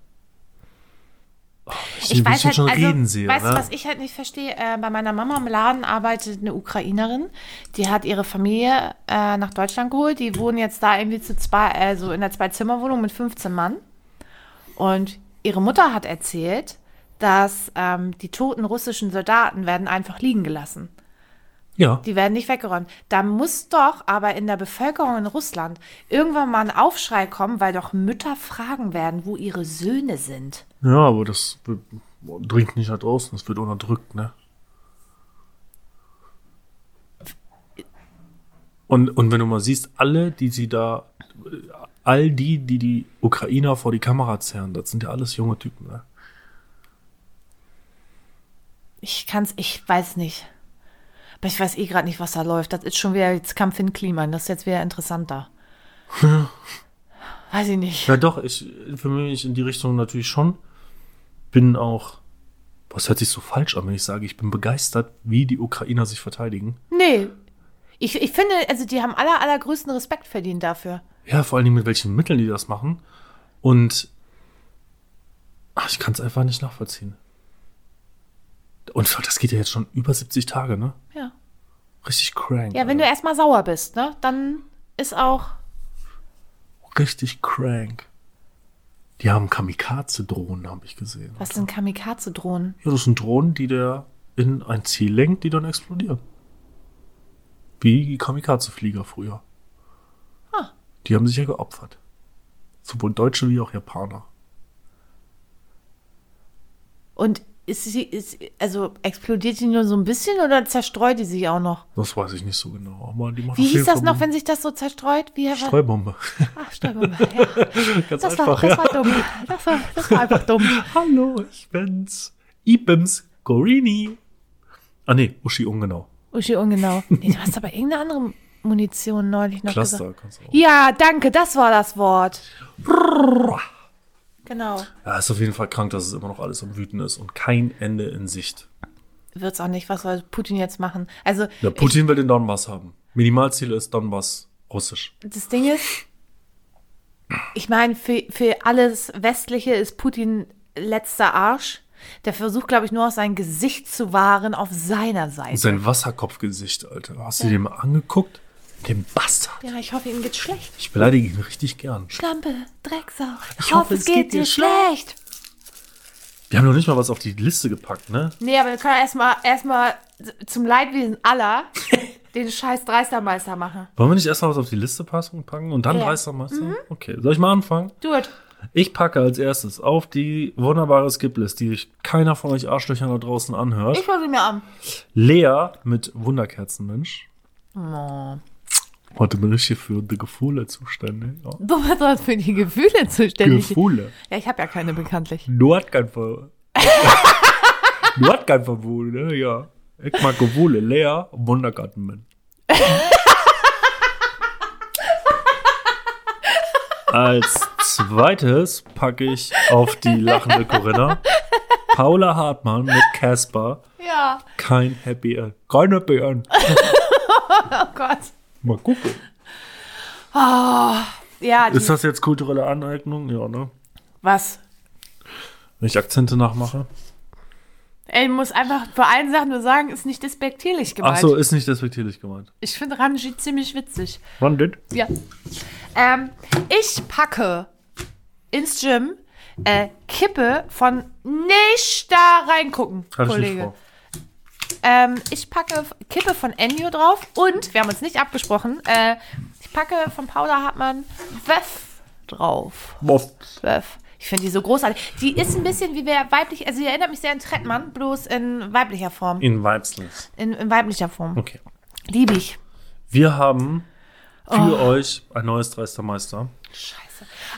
Speaker 1: Oh,
Speaker 2: Ich weiß halt,
Speaker 1: schon
Speaker 2: also,
Speaker 1: reden sehe.
Speaker 2: weißt du,
Speaker 1: ne?
Speaker 2: was ich halt nicht verstehe? Äh, bei meiner Mama im Laden arbeitet eine Ukrainerin, die hat ihre Familie äh, nach Deutschland geholt. Die wohnen jetzt da irgendwie zu zwei, also in einer Zwei-Zimmer-Wohnung mit 15 Mann. Und ihre Mutter hat erzählt, dass ähm, die toten russischen Soldaten werden einfach liegen gelassen.
Speaker 1: ja,
Speaker 2: Die werden nicht weggeräumt. Da muss doch aber in der Bevölkerung in Russland irgendwann mal ein Aufschrei kommen, weil doch Mütter fragen werden, wo ihre Söhne sind.
Speaker 1: ja, aber das wird- dringt nicht nach draußen. Das wird unterdrückt, ne? Und, und wenn du mal siehst, alle, die sie da, all die, die die Ukrainer vor die Kamera zerren, das sind ja alles junge Typen, ne?
Speaker 2: Ich kann's, ich weiß nicht. Aber ich weiß eh gerade nicht, was da läuft. Das ist schon wieder jetzt Kampf in Klima. Das ist jetzt wieder interessanter. weiß ich nicht.
Speaker 1: Ja, doch, ich informiere mich in die Richtung natürlich schon. Bin auch, was hört sich so falsch an, wenn ich sage, ich bin begeistert, wie die Ukrainer sich verteidigen.
Speaker 2: Nee. Ich, ich finde, also die haben aller, allergrößten Respekt verdient dafür.
Speaker 1: Ja, vor allen Dingen mit welchen Mitteln die das machen. Und ach, ich kann es einfach nicht nachvollziehen. Und das geht ja jetzt schon über 70 Tage, ne?
Speaker 2: Ja.
Speaker 1: Richtig crank.
Speaker 2: Ja, wenn du erstmal sauer bist, ne? Dann ist auch.
Speaker 1: richtig crank. Die haben Kamikaze-Drohnen, habe ich gesehen.
Speaker 2: Was sind Kamikaze-Drohnen?
Speaker 1: Ja, das sind Drohnen, die der in ein Ziel lenkt, die dann explodieren. Wie die Kamikaze-Flieger früher.
Speaker 2: Ah.
Speaker 1: Die haben sich ja geopfert. Sowohl Deutsche wie auch Japaner.
Speaker 2: Und ist sie, ist, also explodiert die nur so ein bisschen oder zerstreut die sich auch noch?
Speaker 1: Das weiß ich nicht so genau. Aber die machen
Speaker 2: Wie
Speaker 1: auf
Speaker 2: hieß
Speaker 1: jeden
Speaker 2: das
Speaker 1: Fall
Speaker 2: noch, wenn sich das so zerstreut? Wie
Speaker 1: Streubombe.
Speaker 2: Ach, Streubombe. Ja.
Speaker 1: Ganz
Speaker 2: Das, war,
Speaker 1: einfach,
Speaker 2: das
Speaker 1: ja.
Speaker 2: war dumm. Das war, das war einfach dumm.
Speaker 1: Hallo, ich bin's. Ibims Gorini. Ah nee, Uschi ungenau.
Speaker 2: Uschi, ungenau. Nee, du hast aber irgendeine andere Munition neulich noch
Speaker 1: Cluster
Speaker 2: gesagt.
Speaker 1: kannst du auch.
Speaker 2: Ja, danke, das war das Wort. Genau.
Speaker 1: Ja, ist auf jeden Fall krank, dass es immer noch alles am Wüten ist und kein Ende in Sicht.
Speaker 2: Wird's auch nicht. Was soll Putin jetzt machen? Also,
Speaker 1: Ja, Putin will den Donbass haben. Minimalziel ist Donbass russisch.
Speaker 2: das Ding ist, ich meine, für, für alles Westliche ist Putin letzter Arsch. Der versucht, glaube ich, nur auf sein Gesicht zu wahren auf seiner Seite.
Speaker 1: Sein Wasserkopfgesicht, Alter. Hast du dir mal angeguckt? Dem Bastard.
Speaker 2: ja, ich hoffe, ihm geht's schlecht.
Speaker 1: Ich beleidige ihn richtig gern.
Speaker 2: Schlampe, Drecksau. Ich,
Speaker 1: hoffe,
Speaker 2: hoffe, es geht, dir schlecht.
Speaker 1: Wir haben noch nicht mal was auf die Liste gepackt, ne?
Speaker 2: Nee, aber wir können erstmal erstmal zum Leidwesen aller den scheiß Dreistermeister machen.
Speaker 1: Wollen wir nicht erstmal was auf die Liste passen- packen und dann
Speaker 2: Ja. Mhm.
Speaker 1: Dreistermeister? Okay, soll ich mal anfangen?
Speaker 2: Dude,
Speaker 1: Ich packe als erstes auf die wunderbare Skiplist, die sich keiner von euch Arschlöchern da draußen anhört.
Speaker 2: ich hol sie mir an.
Speaker 1: Lea mit Wunderkerzenmensch.
Speaker 2: Oh.
Speaker 1: Heute bin ich hier für die Gefühle zuständig. Ja.
Speaker 2: Du bist halt für die Gefühle zuständig.
Speaker 1: Gefühle.
Speaker 2: ja, ich habe ja keine bekanntlich.
Speaker 1: Du hast kein Ver... du hast kein Verbot, ne? Ja. Ich mag Gefühle. Lea, Wunderkerzenmensch. Als zweites packe ich auf die lachende Corinna Paula Hartmann mit Casper.
Speaker 2: Ja,
Speaker 1: Kein Happy End. Kein Happy End.
Speaker 2: oh Gott.
Speaker 1: Mal gucken.
Speaker 2: Ja, die,
Speaker 1: Ist das jetzt kulturelle Aneignung? Ja, ne?
Speaker 2: was?
Speaker 1: Wenn ich Akzente nachmache.
Speaker 2: Ey, ich muss einfach bei allen Sachen nur sagen, ist nicht despektierlich gemeint.
Speaker 1: Achso, ist nicht despektierlich gemeint.
Speaker 2: Ich finde Ramji ziemlich witzig.
Speaker 1: Wann denn?
Speaker 2: Ja. Ähm, ich packe ins Gym äh, Kippe von nicht da reingucken,
Speaker 1: Hatte ich nicht
Speaker 2: Kollege.
Speaker 1: vor.
Speaker 2: Ähm, ich packe F- Kippe von Ennio drauf und, wir haben uns nicht abgesprochen, äh, ich packe von Paula Hartmann Wöff drauf.
Speaker 1: Boff.
Speaker 2: Wöff. Ich finde die so großartig. Die ist ein bisschen wie wer weiblich, also die erinnert mich sehr an Trettmann, bloß in weiblicher Form.
Speaker 1: In Weibsness.
Speaker 2: In, in weiblicher Form.
Speaker 1: Okay.
Speaker 2: Liebe ich.
Speaker 1: Wir haben für euch ein neues Dreistermeister.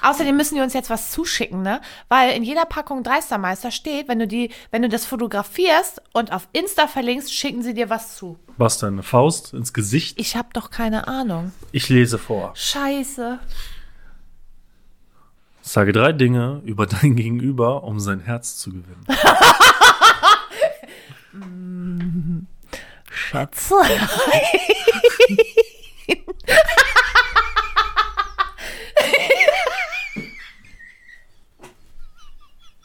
Speaker 2: Außerdem müssen die uns jetzt was zuschicken, ne? Weil in jeder Packung Dreistermeister steht, wenn du die, wenn du das fotografierst und auf Insta verlinkst, schicken sie dir was zu.
Speaker 1: Was deine Faust ins Gesicht?
Speaker 2: Ich habe doch keine Ahnung.
Speaker 1: Ich lese vor.
Speaker 2: Scheiße.
Speaker 1: Sage drei Dinge über dein Gegenüber, um sein Herz zu gewinnen.
Speaker 2: Schätze.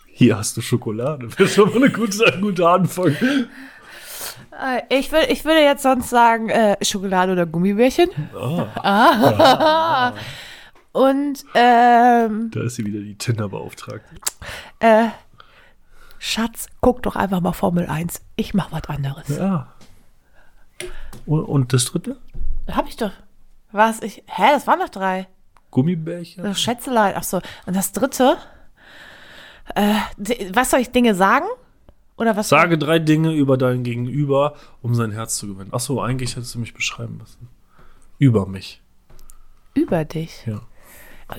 Speaker 1: Hier hast du Schokolade. Wäre schon mal eine gute, ein guter Anfang.
Speaker 2: Äh, Ich, will, ich würde jetzt sonst sagen, äh, Schokolade oder Gummibärchen. Ah. Und ähm,
Speaker 1: Da ist sie wieder die Tinder-Beauftragte.
Speaker 2: äh, Schatz, guck doch einfach mal Formel 1. Ich mach was anderes.
Speaker 1: Ja. Und, und das dritte?
Speaker 2: Hab ich doch. Was? Ich. Hä? Das waren noch drei.
Speaker 1: Gummibärchen?
Speaker 2: Das Schätzelein. Ach so. Und das dritte? Äh, d- was soll ich Dinge sagen? Oder was?
Speaker 1: Sage drei Dinge über dein Gegenüber, um sein Herz zu gewinnen. Achso, eigentlich hättest du mich beschreiben müssen. Über mich.
Speaker 2: Über dich.
Speaker 1: Ja.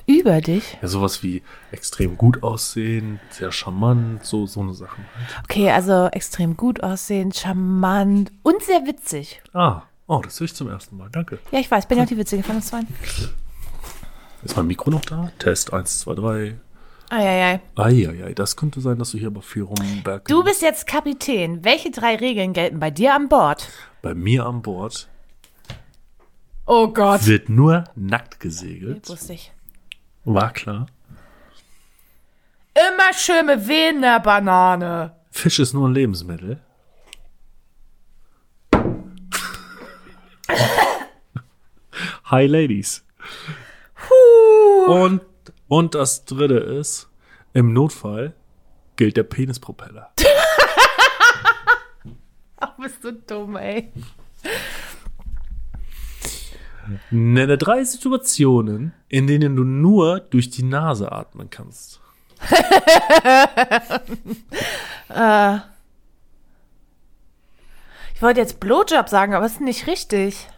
Speaker 2: Über dich?
Speaker 1: Ja, sowas wie extrem gut aussehen, sehr charmant, so, so eine halt. Sache.
Speaker 2: Okay, also extrem gut aussehen, charmant und sehr witzig.
Speaker 1: Ah, oh, das höre ich zum ersten Mal. Danke.
Speaker 2: Ja, ich weiß, bin ja auch die Witzige von uns beiden.
Speaker 1: Ist mein Mikro noch da? Test 1, 2, 3.
Speaker 2: Eieiei.
Speaker 1: Eieiei, das könnte sein, dass du hier aber viel rumbergst.
Speaker 2: Du bist jetzt Kapitän. Welche drei Regeln gelten bei dir an Bord?
Speaker 1: Bei mir an Bord
Speaker 2: Oh Gott.
Speaker 1: wird nur nackt gesegelt.
Speaker 2: Wusste ich.
Speaker 1: War klar.
Speaker 2: Immer schön mit wehender Banane.
Speaker 1: Fisch ist nur ein Lebensmittel. Hi, Ladies.
Speaker 2: Puh.
Speaker 1: Und, und das dritte ist, im Notfall gilt der Penispropeller.
Speaker 2: Ach, bist du dumm, ey.
Speaker 1: Nenne drei Situationen, in denen du nur durch die Nase atmen kannst.
Speaker 2: Ich wollte jetzt Blowjob sagen, aber es ist nicht richtig.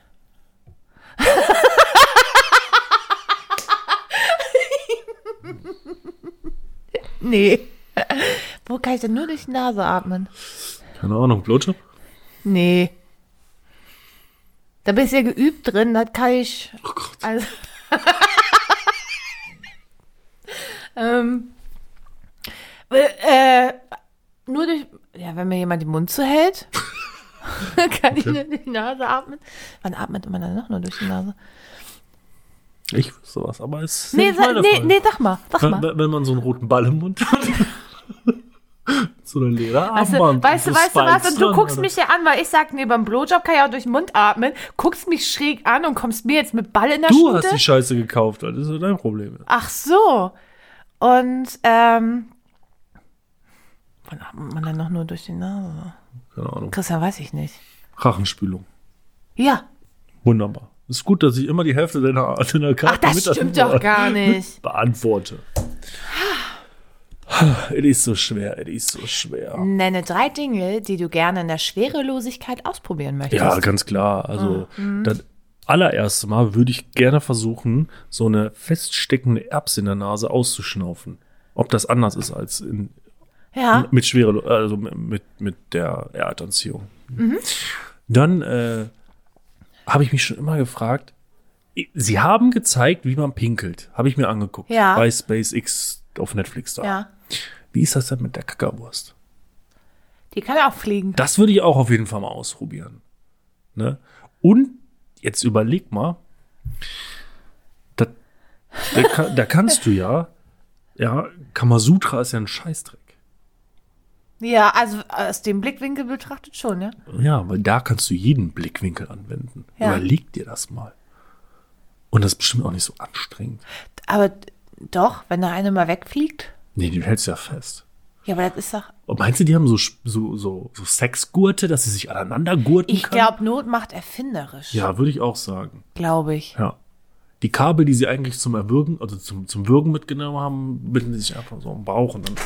Speaker 2: nee. Wo kann ich denn nur durch die Nase atmen?
Speaker 1: Keine Ahnung, Blowjob?
Speaker 2: Nee. Da bist du ja geübt drin, das kann ich.
Speaker 1: Oh Gott.
Speaker 2: Also. ähm, äh, nur durch. Ja, wenn mir jemand den Mund zuhält, kann ich nur durch die Nase atmen. Wann atmet man dann noch nur durch die Nase?
Speaker 1: Ich wüsste was, aber es ist
Speaker 2: Nee,
Speaker 1: nicht
Speaker 2: sag,
Speaker 1: meine
Speaker 2: nee,
Speaker 1: Frage.
Speaker 2: nee, sag mal, sag mal.
Speaker 1: Wenn, wenn man so einen roten Ball im Mund hat. so eine leere
Speaker 2: Weißt du,
Speaker 1: Armband.
Speaker 2: weißt du,
Speaker 1: und so
Speaker 2: weißt du was?
Speaker 1: Spikes
Speaker 2: Und du
Speaker 1: dran,
Speaker 2: guckst
Speaker 1: oder?
Speaker 2: mich ja an, weil ich sag, nee, beim Blowjob kann ich auch durch den Mund atmen, guckst mich schräg an und kommst mir jetzt mit Ball in der
Speaker 1: Du
Speaker 2: Stute.
Speaker 1: hast die Scheiße gekauft, das ist ja dein Problem.
Speaker 2: Ach so. Und, ähm. Wann atmet man denn noch nur durch die Nase?
Speaker 1: Keine Ahnung.
Speaker 2: Christian, weiß ich nicht.
Speaker 1: Rachenspülung.
Speaker 2: Ja.
Speaker 1: Wunderbar. Ist gut, dass ich immer die Hälfte deiner, deiner Karte
Speaker 2: Ach, das
Speaker 1: mit
Speaker 2: stimmt doch gar nicht.
Speaker 1: beantworte. Es ist so schwer, es ist so schwer.
Speaker 2: Nenne drei Dinge, die du gerne in der Schwerelosigkeit ausprobieren möchtest.
Speaker 1: Ja, ganz klar. Also
Speaker 2: Ah, hm.
Speaker 1: das allererste Mal würde ich gerne versuchen, so eine feststeckende Erbse in der Nase auszuschnaufen. Ob das anders ist als in,
Speaker 2: Ja.
Speaker 1: mit schwere, also mit- mit, mit der Erdanziehung.
Speaker 2: Mhm.
Speaker 1: Dann äh, habe ich mich schon immer gefragt, sie haben gezeigt, wie man pinkelt. Habe ich mir angeguckt.
Speaker 2: Ja.
Speaker 1: Bei SpaceX auf Netflix da.
Speaker 2: Ja.
Speaker 1: Wie ist das denn mit der Kackerwurst?
Speaker 2: Die kann auch fliegen.
Speaker 1: Das würde ich auch auf jeden Fall mal ausprobieren. Ne? Und jetzt überleg mal, da, da, ka- da kannst du ja, ja, Kamasutra ist ja ein Scheißdreck.
Speaker 2: Ja, also aus dem Blickwinkel betrachtet schon, ne? ja.
Speaker 1: Ja, weil da kannst du jeden Blickwinkel anwenden.
Speaker 2: Ja.
Speaker 1: Überleg dir das mal. Und das ist bestimmt auch nicht so anstrengend.
Speaker 2: Aber d- doch, wenn da eine mal wegfliegt.
Speaker 1: Nee, den hältst du ja fest.
Speaker 2: Ja, aber das ist doch.
Speaker 1: Und meinst du, die haben so, Sp- so, so, so Sexgurte, dass sie sich aneinander gurten
Speaker 2: Ich
Speaker 1: können?
Speaker 2: glaube, Not macht erfinderisch.
Speaker 1: Ja, würde ich auch sagen.
Speaker 2: Glaube ich.
Speaker 1: Ja. Die Kabel, die sie eigentlich zum Erwürgen, also zum, zum Würgen mitgenommen haben, binden sie sich einfach so am Bauch und dann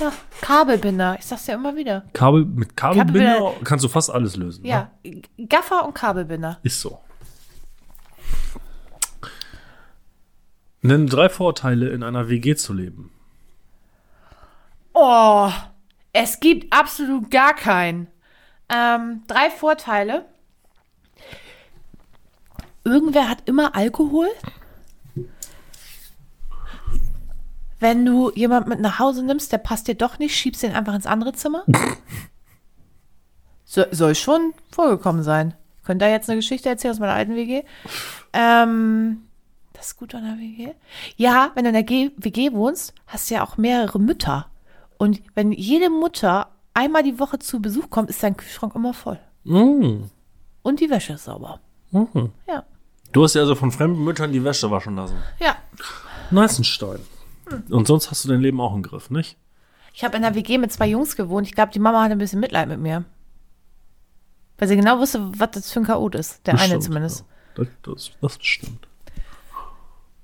Speaker 2: Ja, Kabelbinder. Ich sag's ja immer wieder.
Speaker 1: Kabel, mit Kabelbinder
Speaker 2: Kabel-
Speaker 1: kannst du fast alles lösen. Ne?
Speaker 2: Ja, G- Gaffer und Kabelbinder.
Speaker 1: Ist so. Nenn drei Vorteile, in einer WG zu leben.
Speaker 2: Oh, es gibt absolut gar keinen. Ähm, drei Vorteile. Irgendwer hat immer Alkohol. Wenn du jemand mit nach Hause nimmst, der passt dir doch nicht, schiebst den einfach ins andere Zimmer. so, soll schon vorgekommen sein. Ich könnte da jetzt eine Geschichte erzählen aus meiner alten WG. Ähm, das ist gut an der WG? Ja, wenn du in der G WG wohnst, hast du ja auch mehrere Mütter. Und wenn jede Mutter einmal die Woche zu Besuch kommt, ist dein Kühlschrank immer voll. Und die Wäsche ist sauber. Ja.
Speaker 1: Du hast ja also von fremden Müttern die Wäsche waschen lassen.
Speaker 2: Ja.
Speaker 1: Neißenstein. Und sonst hast du dein Leben auch im Griff, nicht?
Speaker 2: Ich habe in der WG mit zwei Jungs gewohnt. Ich glaube, die Mama hatte ein bisschen Mitleid mit mir. Weil sie genau wusste, was das für ein Chaot ist. Der eine
Speaker 1: Bestimmt,
Speaker 2: zumindest.
Speaker 1: Ja. Das, das, das stimmt.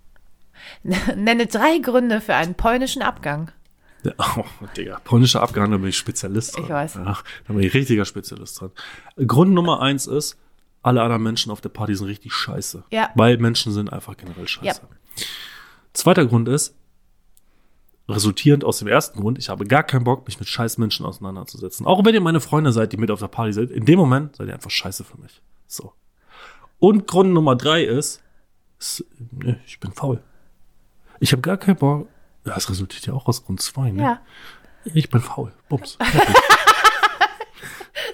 Speaker 2: Nenne drei Gründe für einen polnischen Abgang.
Speaker 1: Ja, oh, Digga, polnischer Abgang, da bin ich Spezialist dran.
Speaker 2: Ich weiß.
Speaker 1: Ach, da bin ich richtiger Spezialist dran. Grund Nummer eins ist, alle anderen Menschen auf der Party sind richtig scheiße.
Speaker 2: Ja.
Speaker 1: Weil Menschen sind einfach generell scheiße. Zweiter Grund ist, resultierend aus dem ersten Grund, ich habe gar keinen Bock, mich mit scheiß Menschen auseinanderzusetzen. Auch wenn ihr meine Freunde seid, die mit auf der Party seid, in dem Moment seid ihr einfach scheiße für mich. So. Und Grund Nummer drei ist, ist nee, ich bin faul. Ich habe gar keinen Bock. Ja, Das resultiert ja auch aus Grund zwei, ne?
Speaker 2: Ja.
Speaker 1: Ich bin faul. Bums.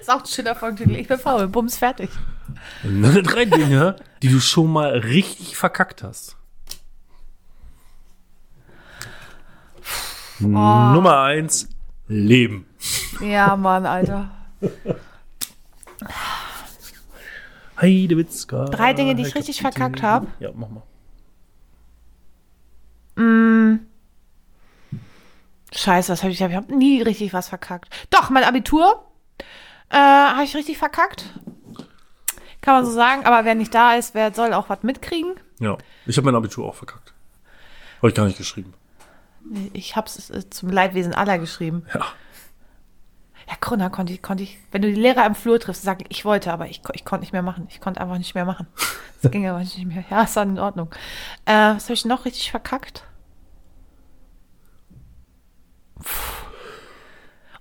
Speaker 2: Ist auch ein schöner Folgetitel. Ich bin faul. Bums, fertig.
Speaker 1: Nenne drei Dinge, die du schon mal richtig verkackt hast. Nummer eins, Leben.
Speaker 2: Ja, Mann, Alter.
Speaker 1: Heidewitzka.
Speaker 2: Drei Dinge, die ich richtig verkackt habe.
Speaker 1: Ja, mach mal.
Speaker 2: Scheiße, was habe ich, ich habe nie richtig was verkackt. Doch, mein Abitur äh, habe ich richtig verkackt. Kann man so sagen, aber wer nicht da ist, wer soll auch was mitkriegen?
Speaker 1: Ja. Ich habe mein Abitur auch verkackt. Habe ich gar nicht geschrieben.
Speaker 2: Ich habe es äh, zum Leidwesen aller geschrieben.
Speaker 1: Ja.
Speaker 2: Ja, Corona konnte ich, konnte ich, wenn du die Lehrer im Flur triffst, sag ich, ich wollte, aber ich, ko- ich konnte nicht mehr machen. Ich konnte einfach nicht mehr machen. Das ging aber nicht mehr. Ja, ist dann in Ordnung. Äh, was habe ich noch richtig verkackt? Puh.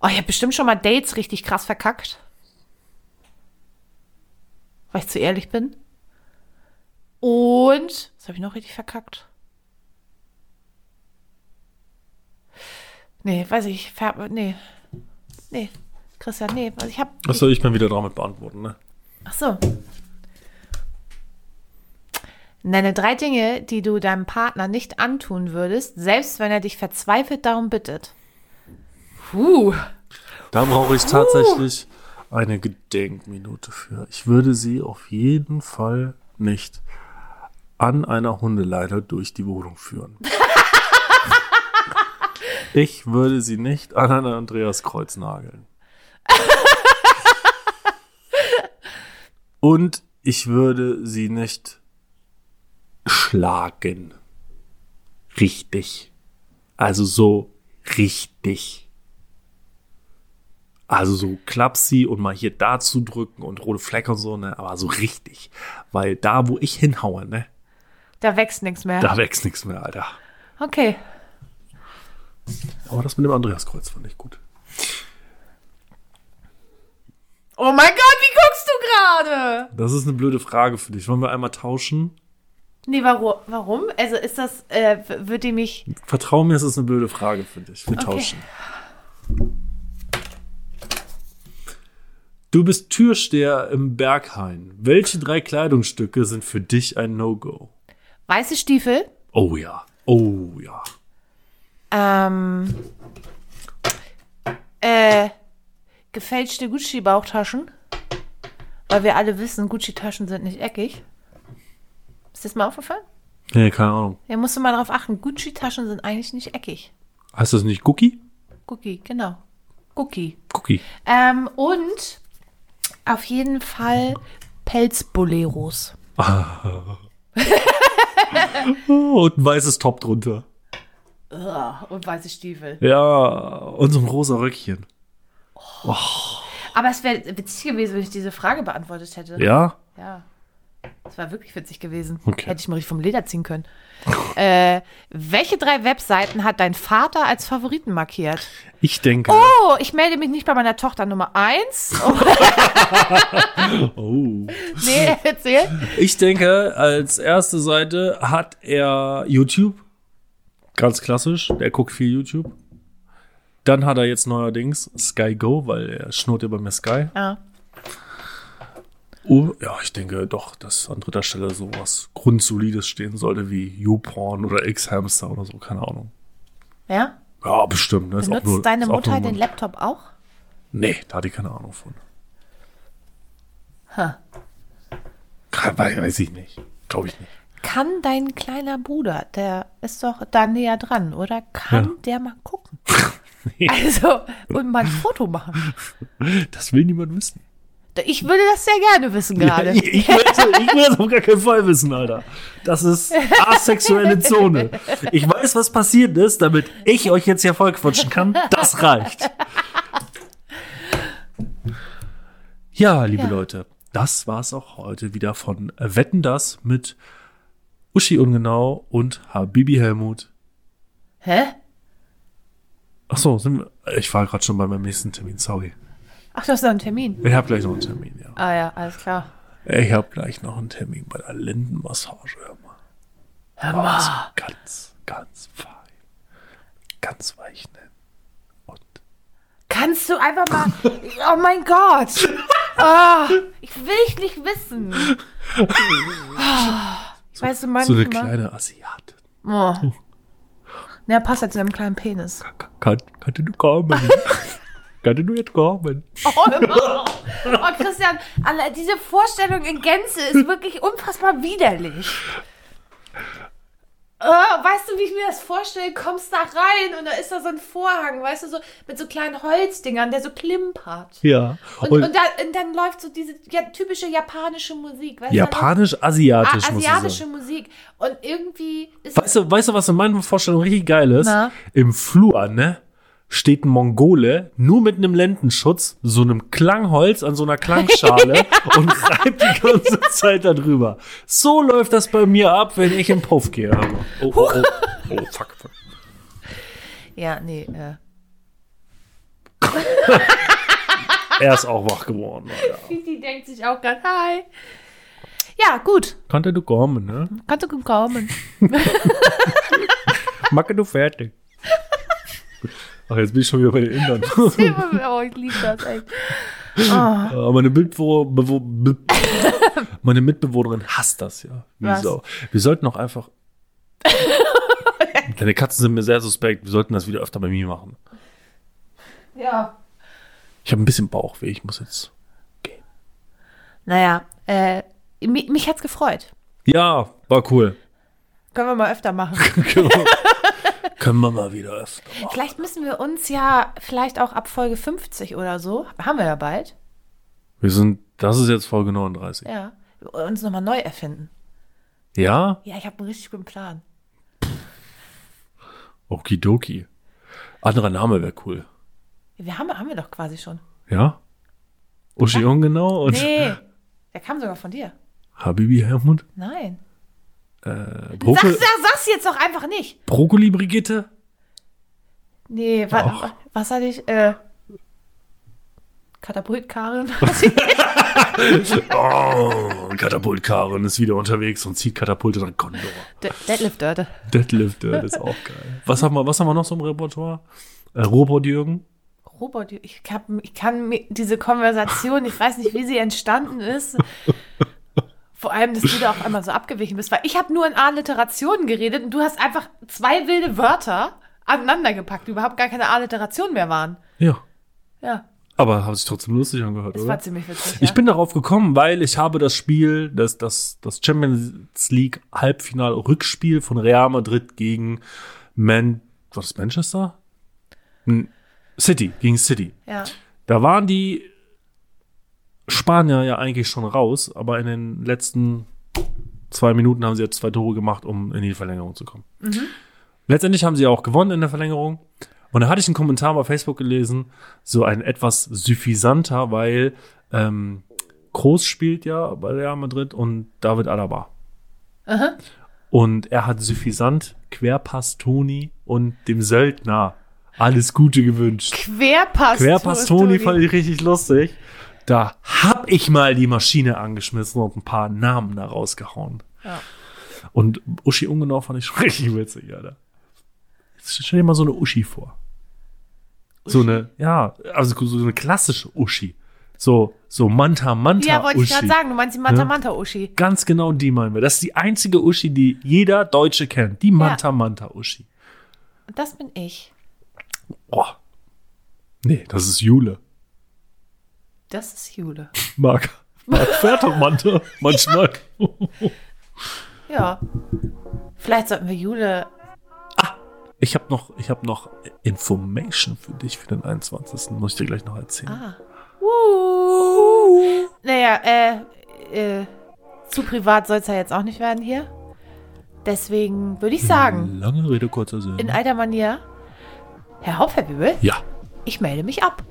Speaker 2: Oh, ich habe bestimmt schon mal Dates richtig krass verkackt. Weil ich zu ehrlich bin. Und, was habe ich noch richtig verkackt? Nee, weiß ich, ver nee. Nee, Christian, nee, also ich habe
Speaker 1: Achso, ich bin wieder dran mit beantworten, ne?
Speaker 2: Ach so. Nenne drei Dinge, die du deinem Partner nicht antun würdest, selbst wenn er dich verzweifelt darum bittet. Puh.
Speaker 1: Da brauche ich tatsächlich eine Gedenkminute für. Ich würde sie auf jeden Fall nicht an einer Hundeleiter durch die Wohnung führen. ich würde sie nicht an einer Andreas Kreuz nageln. Und ich würde sie nicht schlagen. Richtig. Also so richtig. Also so Klapsi und mal hier dazu drücken und rote Flecken und so, ne? Aber so richtig. Weil da, wo ich hinhaue, ne?
Speaker 2: Da wächst nichts mehr.
Speaker 1: Da wächst nichts mehr, Alter.
Speaker 2: Okay.
Speaker 1: Aber Oh, das mit dem Andreaskreuz fand ich gut.
Speaker 2: Oh mein Gott, wie guckst du gerade?
Speaker 1: Das ist eine blöde Frage für dich. Wollen wir einmal tauschen?
Speaker 2: Nee, warum? warum? Also ist das, äh, w- wird die mich.
Speaker 1: Vertrau mir, es ist eine blöde Frage für dich. Wir tauschen. Du bist Türsteher im Berghain. Welche drei Kleidungsstücke sind für dich ein No-Go?
Speaker 2: Weiße Stiefel?
Speaker 1: Oh ja. Oh ja.
Speaker 2: Ähm. Äh. Gefälschte Gucci-Bauchtaschen. Weil wir alle wissen, Gucci-Taschen sind nicht eckig. Ist das mal aufgefallen?
Speaker 1: Nee, keine Ahnung.
Speaker 2: Ja, musst du mal drauf achten. Gucci-Taschen sind eigentlich nicht eckig.
Speaker 1: Heißt das nicht Cookie?
Speaker 2: Gucci, genau. Gucci.
Speaker 1: Cookie.
Speaker 2: Ähm, und auf jeden Fall Pelzboleros.
Speaker 1: Oh, Und ein weißes Top drunter.
Speaker 2: Oh, Und weiße Stiefel.
Speaker 1: Ja, und so ein rosa Röckchen.
Speaker 2: Aber es wäre witzig gewesen, wenn ich diese Frage beantwortet hätte.
Speaker 1: Ja?
Speaker 2: Ja. Das war wirklich witzig gewesen.
Speaker 1: Okay.
Speaker 2: Hätte ich mal richtig vom Leder ziehen können. äh, welche drei Webseiten hat dein Vater als Favoriten markiert?
Speaker 1: Ich denke.
Speaker 2: Oh, ich melde mich nicht bei meiner Tochter Nummer 1. Oh,
Speaker 1: Oh.
Speaker 2: nee, erzähl.
Speaker 1: Ich denke, als erste Seite hat er YouTube. Ganz klassisch. Der guckt viel YouTube. Dann hat er jetzt neuerdings Sky Go, weil er schnurrt ja bei mir Sky.
Speaker 2: Ja.
Speaker 1: Oh, ja, ich denke doch, dass an dritter Stelle sowas grundsolides stehen sollte wie YouPorn oder X-Hamster oder so, keine Ahnung.
Speaker 2: ja?
Speaker 1: Ja, bestimmt. Ne? Ist auch
Speaker 2: Benutzt
Speaker 1: nur-
Speaker 2: deine
Speaker 1: ist auch
Speaker 2: Mutter
Speaker 1: nur-
Speaker 2: den Laptop auch?
Speaker 1: Nee, da hat die keine Ahnung von. Huh. Weiß ich nicht. Glaube ich nicht.
Speaker 2: Kann dein kleiner Bruder, der ist doch da näher dran, oder? Kann
Speaker 1: Ja.
Speaker 2: der mal gucken? also, und mal ein Foto machen.
Speaker 1: Das will niemand wissen.
Speaker 2: Ich würde das sehr gerne wissen gerade.
Speaker 1: Ich, ich, will, Ah, das- ich will das auf gar keinen Fall wissen, Alter. Das ist asexuelle Zone. Ich weiß, was passiert ist, damit ich euch jetzt hier vollquatschen kann. Das reicht. Ja, liebe Leute, das war's auch heute wieder von Wetten das mit Uschi Ungenau und Habibi Helmut.
Speaker 2: Hä?
Speaker 1: Ach so, sind wir, ich war gerade schon bei meinem nächsten Termin, sorry.
Speaker 2: Ach, das ist noch ein Termin.
Speaker 1: Ich habe gleich noch einen Termin, ja.
Speaker 2: Ah ja, alles klar.
Speaker 1: Ich habe gleich noch einen Termin bei der Lendenmassage, hör mal. Hör mal. Also ganz, ganz fein. Ganz weich, ne? Und
Speaker 2: Kannst du einfach mal. Oh mein Gott! Ah, ich will ich nicht wissen. Ah, Ich weiß du
Speaker 1: so eine
Speaker 2: manchmal.
Speaker 1: kleine Asiatin.
Speaker 2: oh. Na, passt jetzt zu einem kleinen Penis.
Speaker 1: Kann, kannte du kommen? kannte du jetzt kommen?
Speaker 2: Oh, oh Christian, alle, diese Vorstellung in Gänze ist wirklich unfassbar widerlich. äh, weißt du, wie ich mir das vorstelle? Kommst da rein und da ist da so ein Vorhang, weißt du, so mit so kleinen Holzdingern, der so klimpert.
Speaker 1: Ja.
Speaker 2: Und, und, da, und dann läuft so diese ja, typische japanische Musik. Weißt du, dann läuft-
Speaker 1: Japanisch-asiatisch,
Speaker 2: Ah,
Speaker 1: muss ich sagen.
Speaker 2: asiatische Musik. Und irgendwie ist
Speaker 1: Weißt du, weißt du, was in meiner Vorstellung richtig geil ist?
Speaker 2: Na?
Speaker 1: Im Flur, ne? Steht ein Mongole nur mit einem Lendenschutz, so einem Klangholz an so einer Klangschale und reibt die ganze Zeit darüber. So läuft das bei mir ab, wenn ich im Puff gehe. Hammer. Oh, oh, oh. oh fuck, fuck.
Speaker 2: Ja, nee. Äh,
Speaker 1: Er ist auch wach geworden. Alter.
Speaker 2: die denkt sich auch gerade, hi. Ja, gut.
Speaker 1: Konnte du kommen, ne?
Speaker 2: Kannst du gut kommen.
Speaker 1: Macke du fertig. Ach, jetzt bin ich schon wieder bei den Indern.
Speaker 2: oh, ich liebe das echt.
Speaker 1: Äh, Meine, Mitbewo Bewo Be Meine Mitbewohnerin hasst das ja. Wie
Speaker 2: Was?
Speaker 1: Sau. Wir sollten auch einfach. Deine Katzen sind mir sehr suspekt. Wir sollten das wieder öfter bei mir machen.
Speaker 2: Ja.
Speaker 1: Ich habe ein bisschen Bauchweh. Ich muss jetzt.
Speaker 2: Naja, äh, mich, mich hat's gefreut.
Speaker 1: Ja, war cool.
Speaker 2: Können wir mal öfter machen.
Speaker 1: Können wir mal wieder öfter.
Speaker 2: vielleicht müssen wir uns ja vielleicht auch ab Folge 50 oder so, haben wir ja bald,
Speaker 1: Wir sind. Das ist jetzt Folge 39.
Speaker 2: ja, uns nochmal neu erfinden.
Speaker 1: Ja?
Speaker 2: Ja, ich habe einen richtig guten Plan.
Speaker 1: Okidoki. Anderer Name wäre cool.
Speaker 2: Wir haben, haben wir doch quasi schon.
Speaker 1: Ja? Uschi Ungenau und
Speaker 2: Nee, der kam sogar von dir.
Speaker 1: Habibi Hermund.
Speaker 2: Nein.
Speaker 1: Äh,
Speaker 2: Sag,
Speaker 1: Brokkoli,
Speaker 2: sag, sag's jetzt doch einfach nicht.
Speaker 1: Brokkoli Brigitte?
Speaker 2: Nee, wa,
Speaker 1: Doch.
Speaker 2: was hatte ich? Äh, Katapultkarin.
Speaker 1: Oh, Katapultkarren ist wieder unterwegs und zieht Katapulte nach Gondor.
Speaker 2: De Deadlift Dörte.
Speaker 1: Deadlift, äh, das ist auch geil. Was haben wir, was haben wir noch so im Repertoire? Äh, Robot Jürgen?
Speaker 2: Robert, ich, hab, ich kann mir diese Konversation, ich weiß nicht, wie sie entstanden ist. Vor allem, dass du da auf einmal so abgewichen bist, weil ich habe nur in Alliterationen geredet und du hast einfach zwei wilde Wörter aneinander gepackt, die überhaupt gar keine Alliteration mehr waren.
Speaker 1: Ja.
Speaker 2: Ja,
Speaker 1: Aber haben sich trotzdem lustig angehört,
Speaker 2: das
Speaker 1: oder?
Speaker 2: war ziemlich witzig.
Speaker 1: Ich
Speaker 2: ja.
Speaker 1: bin darauf gekommen, weil ich habe das Spiel, das, das, das Champions League Halbfinal-Rückspiel von Real Madrid gegen Man, was ist Manchester? N- City, gegen City.
Speaker 2: ja.
Speaker 1: Da waren die Spanier ja eigentlich schon raus, aber in den letzten zwei Minuten haben sie jetzt zwei Tore gemacht, um in die Verlängerung zu kommen. Letztendlich haben sie auch gewonnen in der Verlängerung. Und da hatte ich einen Kommentar bei Facebook gelesen, so ein etwas suffisanter, weil ähm, Groß spielt ja bei Real Madrid und David Alaba. Und er hat suffisant Querpass Toni und dem Söldner alles Gute gewünscht.
Speaker 2: Querpass.
Speaker 1: Querpass Toni fand ich richtig lustig. Da hab ich mal die Maschine angeschmissen und ein paar Namen da rausgehauen.
Speaker 2: Ja.
Speaker 1: Und Uschi Ungenau fand ich schon richtig witzig, Alter. Jetzt stell dir mal so eine Uschi vor. So eine, ja, also so eine klassische Uschi. So, so Manta Manta
Speaker 2: Ja, wollte ich
Speaker 1: Uschi.
Speaker 2: gerade sagen, du meinst die Manta Manta Uschi.
Speaker 1: Ganz genau die meinen wir. Das ist die einzige Uschi, die jeder Deutsche kennt. Die Manta Manta Uschi.
Speaker 2: Und Das bin ich.
Speaker 1: Boah. Nee, das ist Jule.
Speaker 2: Das ist Jule.
Speaker 1: Marc. Marc fährt doch manche, manchmal.
Speaker 2: Ja. Vielleicht sollten wir Jule.
Speaker 1: Ich habe noch, ich hab noch Information für dich für den 21. Muss ich dir gleich noch erzählen.
Speaker 2: Ah. Uh. Naja, äh, äh, zu privat soll es ja jetzt auch nicht werden hier. Deswegen würde ich sagen,
Speaker 1: Lange Rede, kurzer Sinn.
Speaker 2: in alter Manier, Herr Hauptfeldwebel,
Speaker 1: ja.
Speaker 2: ich melde mich ab.